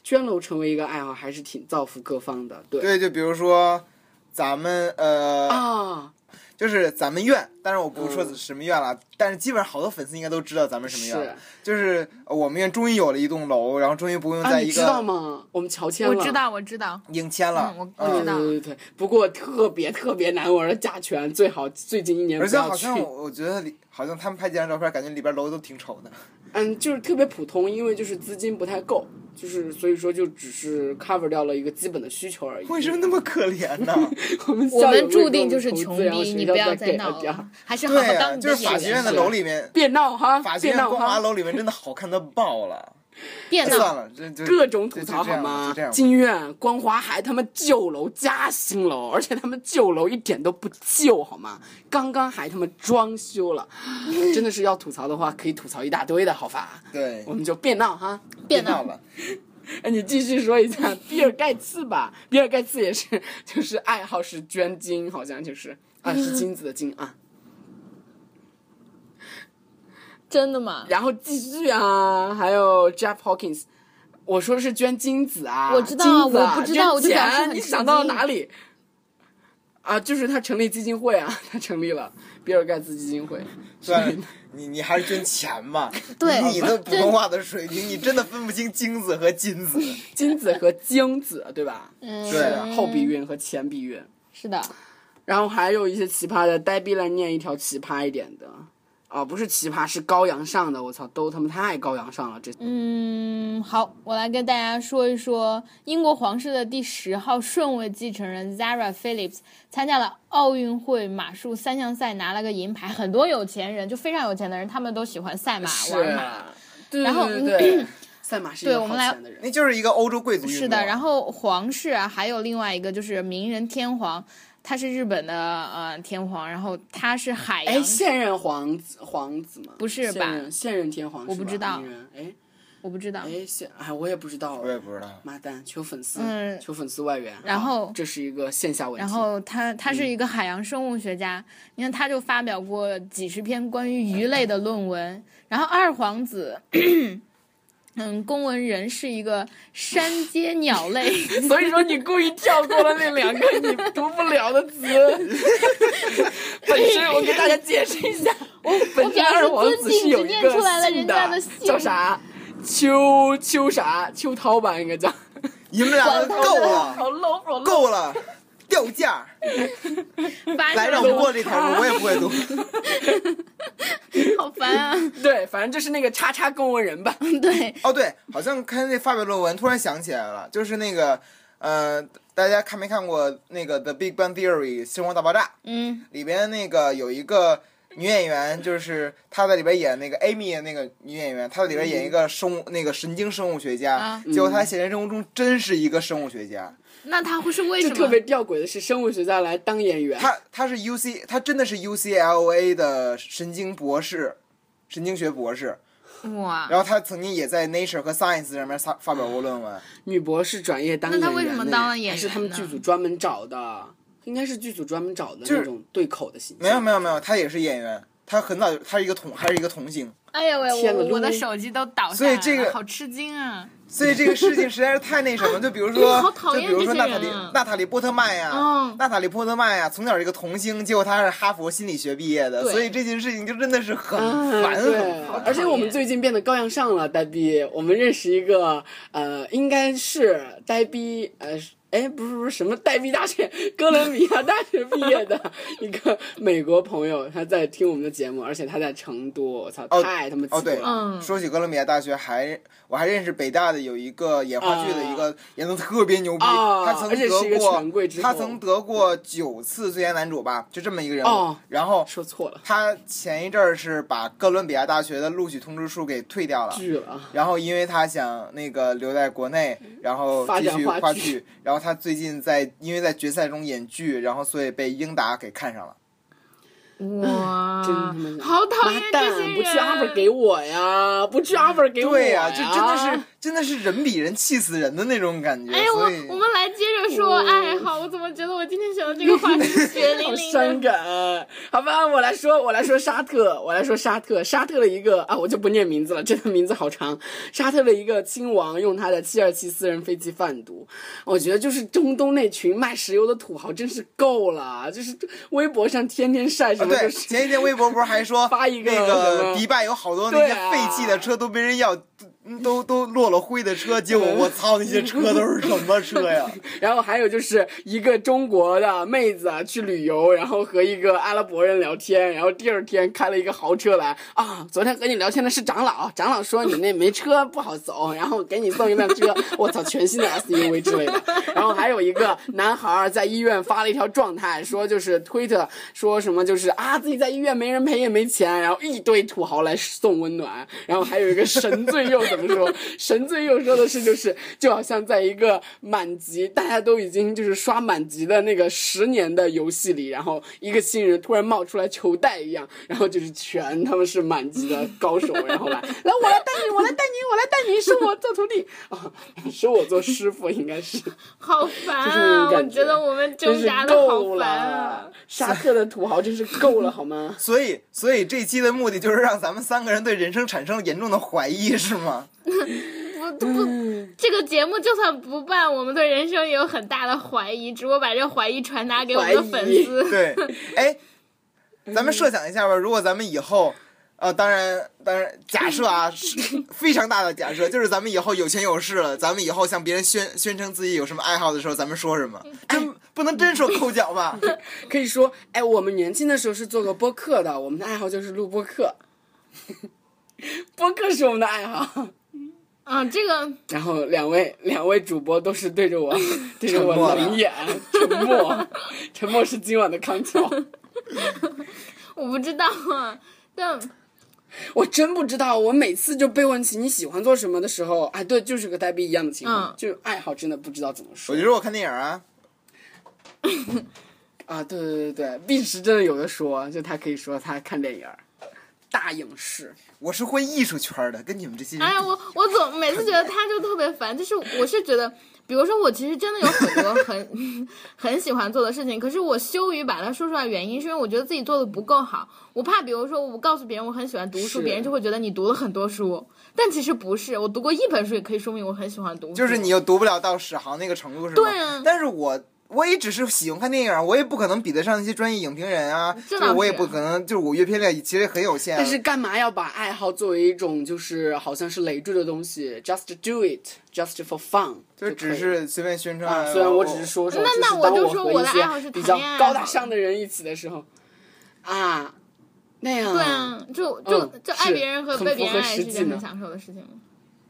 Speaker 3: 捐楼成为一个爱好，还是挺造福各方的。对
Speaker 1: 对，就比如说咱们呃，
Speaker 3: 啊，
Speaker 1: 就是咱们院，但是我不说
Speaker 3: 嗯
Speaker 1: 什么院了，但是基本上好多粉丝应该都知道咱们什么院
Speaker 3: 是
Speaker 1: 了。就是呃我们院终于有了一栋楼，然后终于不用
Speaker 3: 啊，
Speaker 1: 在
Speaker 3: 你
Speaker 1: 一
Speaker 3: 知道
Speaker 1: 个
Speaker 3: 吗？我们乔迁
Speaker 2: 我
Speaker 3: 了，
Speaker 2: 知。道，我知道，
Speaker 1: 硬签了
Speaker 2: 嗯，我我
Speaker 3: 对
Speaker 2: 知
Speaker 1: 嗯
Speaker 2: 道
Speaker 3: 对对对，不过特别特别难玩的甲醛，最好最近一年
Speaker 1: 而
Speaker 3: 不
Speaker 1: 且
Speaker 3: 要
Speaker 1: 好
Speaker 3: 去
Speaker 1: 像。我我觉得里好像他们拍几张照片，感觉里边楼都挺丑的。
Speaker 3: 嗯，就是特别普通，因为就是资金不太够，就是所以说就只是 cover 掉了一个基本的需求而已。
Speaker 1: 为什么那么可怜呢？
Speaker 3: 我们
Speaker 2: 我
Speaker 3: 校友
Speaker 2: 们
Speaker 3: 会
Speaker 2: 注
Speaker 3: 给
Speaker 2: 定
Speaker 3: 我们
Speaker 2: 就是
Speaker 3: 投资
Speaker 2: 穷
Speaker 3: 然后
Speaker 2: 逼，
Speaker 3: 学
Speaker 2: 你
Speaker 3: 校
Speaker 2: 不要
Speaker 3: 再
Speaker 2: 再
Speaker 3: 给
Speaker 2: 闹
Speaker 3: 了点儿
Speaker 2: 了，还是好好
Speaker 1: 对呀、
Speaker 2: 当你
Speaker 1: 就是
Speaker 2: 的演
Speaker 1: 法学
Speaker 2: 员
Speaker 1: 院的
Speaker 3: 啊是
Speaker 1: 楼里面，
Speaker 3: 别闹哈，
Speaker 1: 法学
Speaker 3: 别
Speaker 1: 院
Speaker 3: 闹
Speaker 1: 光华
Speaker 3: 哈，
Speaker 1: 楼里面真的好看的爆 了。
Speaker 2: 别
Speaker 1: 算
Speaker 2: 闹，
Speaker 1: 了，这就
Speaker 3: 各种吐
Speaker 1: 就
Speaker 3: 槽
Speaker 1: 就这
Speaker 3: 好
Speaker 1: 样吧
Speaker 3: 吗
Speaker 1: 就这样？吧
Speaker 3: 金苑、光华还他妈旧楼加新楼，而且他们旧楼一点都不旧好吗？刚刚还他妈装修了，真的是要吐槽的话可以吐槽一大堆的好吧？
Speaker 1: 对
Speaker 3: 我，们就别闹哈。
Speaker 2: 别
Speaker 1: 闹
Speaker 2: 闹。
Speaker 1: 了。
Speaker 3: 哎，你继续说一下比尔盖茨吧，比尔盖茨也是，就是爱好是捐精，好像就是啊，是金子的金啊。
Speaker 2: 真的吗？
Speaker 3: 然后继续啊，还有 Jeff Hawkins，我说的是捐精子啊，
Speaker 2: 我知道啊
Speaker 3: 精子啊
Speaker 2: 我不知道我就
Speaker 3: 捐
Speaker 2: 表示
Speaker 3: 钱，
Speaker 2: 很
Speaker 3: 你
Speaker 2: 吃
Speaker 3: 想到了
Speaker 2: 惊
Speaker 3: 哪里？啊，就是他成立基金会啊， 他成立了比尔盖茨基金会。
Speaker 1: 对，你你还是捐钱吧。
Speaker 2: 对
Speaker 1: 以你的普通话的水平，你真的分不清精子和金 子。
Speaker 3: 精子和精子，对吧？
Speaker 2: 嗯，
Speaker 1: 对啊
Speaker 3: 后避孕和前避孕，
Speaker 2: 是的，
Speaker 3: 然后还有一些奇葩的，呆逼来念一条奇葩一点的，啊，不是奇葩，是高阳上的，我操，都他妈太高阳上了，这
Speaker 2: 嗯，好，我来跟大家说一说英国皇室的第十号顺位继承人 Zara Phillips 参加了奥运会马术三项赛，拿了个银牌。很多有钱人，就非常有钱的人，他们都喜欢赛马玩马。
Speaker 3: 啊，对
Speaker 2: 然后
Speaker 3: 对对对，赛马是一
Speaker 2: 对
Speaker 3: 个
Speaker 2: 我
Speaker 3: 好
Speaker 2: 们来
Speaker 3: 钱的人，
Speaker 1: 那就是一个欧洲贵族运动。啊
Speaker 2: 是的，然后皇室啊，还有另外一个就是名人天皇，他是日本的呃天皇，然后他是海
Speaker 3: 哎，
Speaker 2: 洋，
Speaker 3: 现任皇子皇子吗？
Speaker 2: 不是吧
Speaker 3: 现任现任天皇是吧
Speaker 2: 我不知道
Speaker 3: 名人哎，
Speaker 2: 我不知道。
Speaker 3: 哎，现哎，我也不知道
Speaker 1: 我，也不知道。
Speaker 3: 妈蛋，求粉丝，
Speaker 2: 嗯
Speaker 3: 求粉丝外援。
Speaker 2: 然
Speaker 3: 好
Speaker 2: 后
Speaker 3: 这是一个线下问题。
Speaker 2: 然后他他
Speaker 3: 嗯
Speaker 2: 是一个海洋生物学家，你看他就发表过几十篇关于鱼类的论文。然后二皇子，嗯，公文人是一个山阶鸟类，
Speaker 3: 所以说你故意跳过了那两个你读不了的 词。本身我给大家解释一 下，我本身二王子是有一
Speaker 2: 我表示尊敬只念
Speaker 3: 个
Speaker 2: 出来了
Speaker 3: 姓
Speaker 2: 人家的姓
Speaker 3: 叫啥？秋秋啥？秋涛吧，应该叫。
Speaker 1: 你们俩都够了，
Speaker 3: 好 low，好 low。
Speaker 1: 够了，掉价！
Speaker 2: 发
Speaker 1: 来，
Speaker 2: 现
Speaker 1: 让
Speaker 2: 了
Speaker 1: 我
Speaker 2: 我
Speaker 1: 过这条路，我也不 会读。
Speaker 2: 好烦啊！
Speaker 3: 对，反正就是那个叉叉公文人吧。
Speaker 2: 对，
Speaker 1: 哦，对，好像看那发表论文，突然想起来了，就是那个，呃，大家看没看过那个《The Big Bang Theory》生活大爆炸？
Speaker 2: 嗯，
Speaker 1: 里边那个有一个女演员，就是她在里边演那个 Amy 那个女演员，她在里边演一个生物、那个神经生物学家，
Speaker 2: 啊
Speaker 1: 结果她现实生活中真是一个生物学家，
Speaker 2: 那他会是为
Speaker 3: 就
Speaker 2: 什
Speaker 3: 特
Speaker 2: 么？
Speaker 3: 别吊诡的是，生物学家来当演员，
Speaker 1: 她她是 UC，她真的是 UCLA 的神经博士。神经学博士，
Speaker 2: 哇，
Speaker 1: 然后她曾经也在 Nature 和 Science 上面发发表过论文。
Speaker 3: 女博士转业当演
Speaker 2: 那
Speaker 3: 员
Speaker 2: 她
Speaker 3: 呢。
Speaker 2: 为什么当了演员呢
Speaker 3: 还是他们剧组专门找的，应该是剧组专门找的那种对口的形象。
Speaker 1: 没有没有没有，她也是演员，她很早就她是一个同还是一个童星，
Speaker 2: 哎呀喂，
Speaker 3: 天
Speaker 2: 我
Speaker 3: 哪
Speaker 2: 我的
Speaker 3: 撸
Speaker 2: 手机都倒下
Speaker 1: 所以
Speaker 2: 来了，
Speaker 1: 这个
Speaker 2: 好吃惊啊！
Speaker 1: 所以这个事情实在是太那什 么，就比如说，
Speaker 2: 哎好讨
Speaker 1: 就
Speaker 2: 厌
Speaker 1: 比如说
Speaker 2: 这些
Speaker 1: 娜塔莉
Speaker 2: 人啊
Speaker 1: 娜塔莉波特曼呀、
Speaker 2: 嗯
Speaker 1: 娜塔莉波特曼呀、从小是一个童星，结果她是哈佛心理学毕业的，
Speaker 2: 对嗯
Speaker 1: 所以这件事情就真的是很
Speaker 3: 啊，
Speaker 1: 烦
Speaker 3: 对
Speaker 1: 很烦。
Speaker 3: 而且我们最近变得高阳上了，呆逼。我们认识一个呃，应该是呆逼呃，哎，不是不是什么呆逼大学，哥伦比亚大学毕业 的一个美国朋友，他在听我们的节目，而且他在成都，我操，
Speaker 1: 哦
Speaker 3: 太他妈
Speaker 1: 哦
Speaker 3: 激
Speaker 1: 对
Speaker 3: 动了。
Speaker 2: 嗯，
Speaker 1: 说起哥伦比亚大学还，我还认识北大的有一个演话剧的
Speaker 3: 啊
Speaker 1: 一个演的特别牛逼，
Speaker 3: 啊
Speaker 1: 他曾
Speaker 3: 而且是
Speaker 1: 得
Speaker 3: 一个
Speaker 1: 过
Speaker 3: 权贵之，
Speaker 1: 他
Speaker 3: 后
Speaker 1: 曾得过九次最佳男主吧，就这么一个人物。
Speaker 3: 哦
Speaker 1: 然后
Speaker 3: 说错了，
Speaker 1: 他前一阵儿是把哥伦比亚大学的录取通知书给退掉了，
Speaker 3: 剧了啊。
Speaker 1: 然后因为他想那个留在国内，然后
Speaker 3: 嗯发
Speaker 1: 继
Speaker 3: 展
Speaker 1: 续
Speaker 3: 话
Speaker 1: 话
Speaker 3: 剧
Speaker 1: 剧，然后他最近在因为在决赛中演剧，然后所以被英达给看上了。
Speaker 2: 哇，
Speaker 3: 真他妈
Speaker 2: 啊
Speaker 3: 的
Speaker 2: 好讨厌
Speaker 3: 妈
Speaker 2: 这
Speaker 3: 蛋
Speaker 2: 些人！嗯
Speaker 3: 不去 offer 给我呀！不去 offer 给我
Speaker 1: 对
Speaker 3: 呀！啊
Speaker 1: 呀、就真的 是真的是人比人气死人的那种感觉。
Speaker 2: 哎，我
Speaker 1: 所以啊
Speaker 2: 我们来接着说爱好。我怎么觉得我今天选的这个 话题血淋
Speaker 3: 好
Speaker 2: 淋
Speaker 3: 伤
Speaker 2: 的？
Speaker 3: 感。好吧，我来说，我来说沙特，我来说沙特，沙特的一个啊，我就不念名字了，这个名字好长。沙特的一个亲王用他的727私人飞机贩毒，我觉得就是中东那群卖石油的土豪真是够了，就是微博上天天晒
Speaker 1: 啊
Speaker 3: 什么
Speaker 1: 对，
Speaker 3: 就是。
Speaker 1: 前几天微博不是还说
Speaker 3: 发一个
Speaker 1: 那
Speaker 3: 什么
Speaker 1: 个迪拜有好多那
Speaker 3: 对
Speaker 1: 些
Speaker 3: 啊
Speaker 1: 废弃的车都没人要，都都落了灰的车，结果我操，那些车都是什么车 呀？
Speaker 3: 然后还有就是一个中国的妹子啊去旅游，然后和一个阿拉伯人聊天，然后第二天开了一个豪车来啊。昨天和你聊天的是长老，长老说你那没车不好走，然后给你送一辆车，我操，全新的 SUV 之类的。然后还有一个男孩儿在医院发了一条状态，说就是推特说什么就是啊自己在医院 没人陪也没钱，然后一堆土豪来送温暖。然后还有一个神最右怎么说？ 神最右说的是就是就好像在一个满级，大家都已经就是刷满级的那个十年的游戏里，然后一个新人突然冒出来求带一样，然后就是全他们是满级的高手，然后来来我来带你，我来带你，我来带你，收我做徒弟 啊，收我做师傅应该是。
Speaker 2: 好烦
Speaker 3: 就是那
Speaker 2: 啊！
Speaker 3: 种
Speaker 2: 我
Speaker 3: 感觉
Speaker 2: 觉得我们
Speaker 3: 真
Speaker 2: 挣
Speaker 3: 是
Speaker 2: 扎的
Speaker 3: 够
Speaker 2: 好
Speaker 3: 了！
Speaker 2: 烦啊！
Speaker 3: 沙特的土豪真是够了，好吗？
Speaker 1: 所以所以这期的目的就是让咱们三个人对人生产生严重的怀疑，是吗？
Speaker 2: 不
Speaker 3: 嗯
Speaker 2: 不，这个节目就算不办，我们对人生也有很大的怀疑，只不过把这怀疑传达给我们的粉 丝。
Speaker 1: 对，哎，咱们设想一下吧，如果咱们以后，呃，当然，当然，假设啊，是非常大的假设，就是咱们以后有钱有势了，咱们以后向别人宣宣称自己有什么爱好的时候，咱们说什么？真不能真说抠脚吧？
Speaker 3: 可以说，哎，我们年轻的时候是做过播客的，我们的爱好就是录播客， 播客是我们的爱好。
Speaker 2: 嗯，这个
Speaker 3: 然后两位两位主播都是对着我对着我
Speaker 1: 沉默了
Speaker 3: 冷眼，沉默，沉默是今晚的康桥。
Speaker 2: 我不知道啊，但
Speaker 3: 我真不知道，我每次就被问起你喜欢做什么的时候，哎，对，就是个呆逼一样的情况，
Speaker 2: 嗯
Speaker 3: 就爱好真的不知道怎么说
Speaker 1: 我。就说我看电影啊，
Speaker 3: 啊，对对对对，碧池真的有的说，就他可以说他看电影儿，大影视。
Speaker 1: 我是混艺术圈的，跟你们这些人
Speaker 2: 哎呀，我我总每次 觉得他就特别烦，就是我是觉得，比如说我其实真的有很多很 很喜欢做的事情，可是我羞于把它说出来，原因是因为我觉得自己做的不够好，我怕比如说我告诉别人我很喜欢读书，
Speaker 3: 是
Speaker 2: 别人就会觉得你读了很多书，但其实不是，我读过一本书也可以说明我很喜欢读书，
Speaker 1: 就是你又读不了到史航那个程度，是吧？
Speaker 2: 对啊
Speaker 1: 但是我我也只是喜欢看电影，啊我也不可能比得上那些专业影评人啊。
Speaker 2: 这
Speaker 1: 就
Speaker 2: 倒
Speaker 1: 是我也
Speaker 2: 是
Speaker 1: 不可能，就是我阅片量其实很有限啊。
Speaker 3: 但是干嘛要把爱好作为一种就是好像是累赘的东西？Just do it, just for fun，
Speaker 1: 就
Speaker 3: 可
Speaker 1: 只
Speaker 3: 以
Speaker 1: 是呃随便宣传。哦
Speaker 3: 啊，虽然我只是说说，
Speaker 2: 那
Speaker 3: 就是
Speaker 2: 那我
Speaker 3: 当
Speaker 2: 就
Speaker 3: 我
Speaker 2: 说
Speaker 3: 和
Speaker 2: 我
Speaker 3: 一
Speaker 2: 的
Speaker 3: 些
Speaker 2: 爱好是
Speaker 3: 比
Speaker 2: 谈
Speaker 3: 较
Speaker 2: 恋爱
Speaker 3: 高
Speaker 2: 好
Speaker 3: 大
Speaker 2: 了
Speaker 3: 上的人一起的时候，啊，那样
Speaker 2: 对啊，就就、
Speaker 3: 嗯
Speaker 2: 就爱
Speaker 3: 是
Speaker 2: 别人和
Speaker 3: 很
Speaker 2: 被
Speaker 3: 符
Speaker 2: 别人
Speaker 3: 合
Speaker 2: 爱
Speaker 3: 实
Speaker 2: 是一
Speaker 3: 际
Speaker 2: 件
Speaker 3: 呢
Speaker 2: 很享受的事情，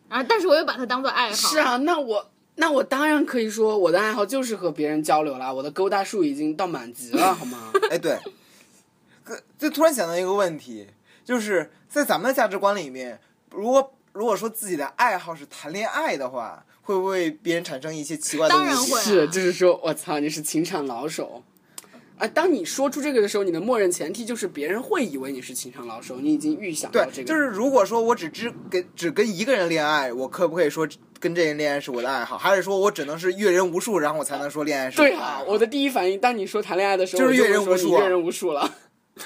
Speaker 2: 啊，但是我又把它当做爱好，
Speaker 3: 是啊，那我那我当然可以说我的爱好就是和别人交流啦，我的勾搭数已经到满级了，好吗？
Speaker 1: 哎，对，可就突然想到一个问题，就是在咱们的价值观里面，如果如果说自己的爱好是谈恋爱的话，会不会别人产生一些奇怪的
Speaker 2: 当
Speaker 1: 误
Speaker 2: 然
Speaker 1: 解
Speaker 2: 会啊
Speaker 3: 是，就是说我操，你是情场老手。啊，当你说出这个的时候，你的默认前提就是别人会以为你是情场老手，你已经预想到哦这
Speaker 1: 对，
Speaker 3: 个，
Speaker 1: 就是如果说我只知跟只跟一个人恋爱，我可不可以说跟这人恋爱是我的爱好？还是说我只能是阅人无数，然后我才能说恋爱是我
Speaker 3: 对
Speaker 1: 的爱
Speaker 3: 啊
Speaker 1: 好？。
Speaker 3: 我的第一反应，当你说谈恋爱的时候，
Speaker 1: 就是
Speaker 3: 我就
Speaker 1: 阅人
Speaker 3: 会说
Speaker 1: 无数
Speaker 3: 你
Speaker 1: 啊
Speaker 3: 阅人无数了。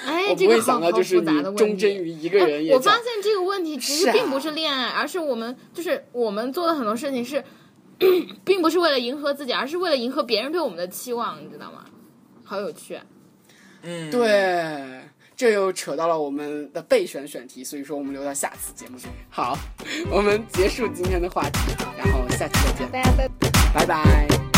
Speaker 2: 哎
Speaker 3: 我，不
Speaker 2: 这个
Speaker 3: 会
Speaker 2: 好好
Speaker 3: 想到就是
Speaker 2: 复
Speaker 3: 你
Speaker 2: 杂的问题。
Speaker 3: 忠贞于一个人
Speaker 2: 哎。
Speaker 3: 也
Speaker 2: 我发
Speaker 3: 讲
Speaker 2: 现这个问题其
Speaker 3: 是
Speaker 2: 实
Speaker 3: 啊
Speaker 2: 并不是恋爱，而是我们就是我们做的很多事情是， 并不是为了迎合自己，而是为了迎合别人对我们的期望，你知道吗？好有趣啊，
Speaker 1: 嗯，
Speaker 3: 对，这又扯到了我们的备选选题，所以说我们留到下次节目中。 好，我们结束今天的话题，然后下期再见，
Speaker 2: 大家拜。
Speaker 3: 拜拜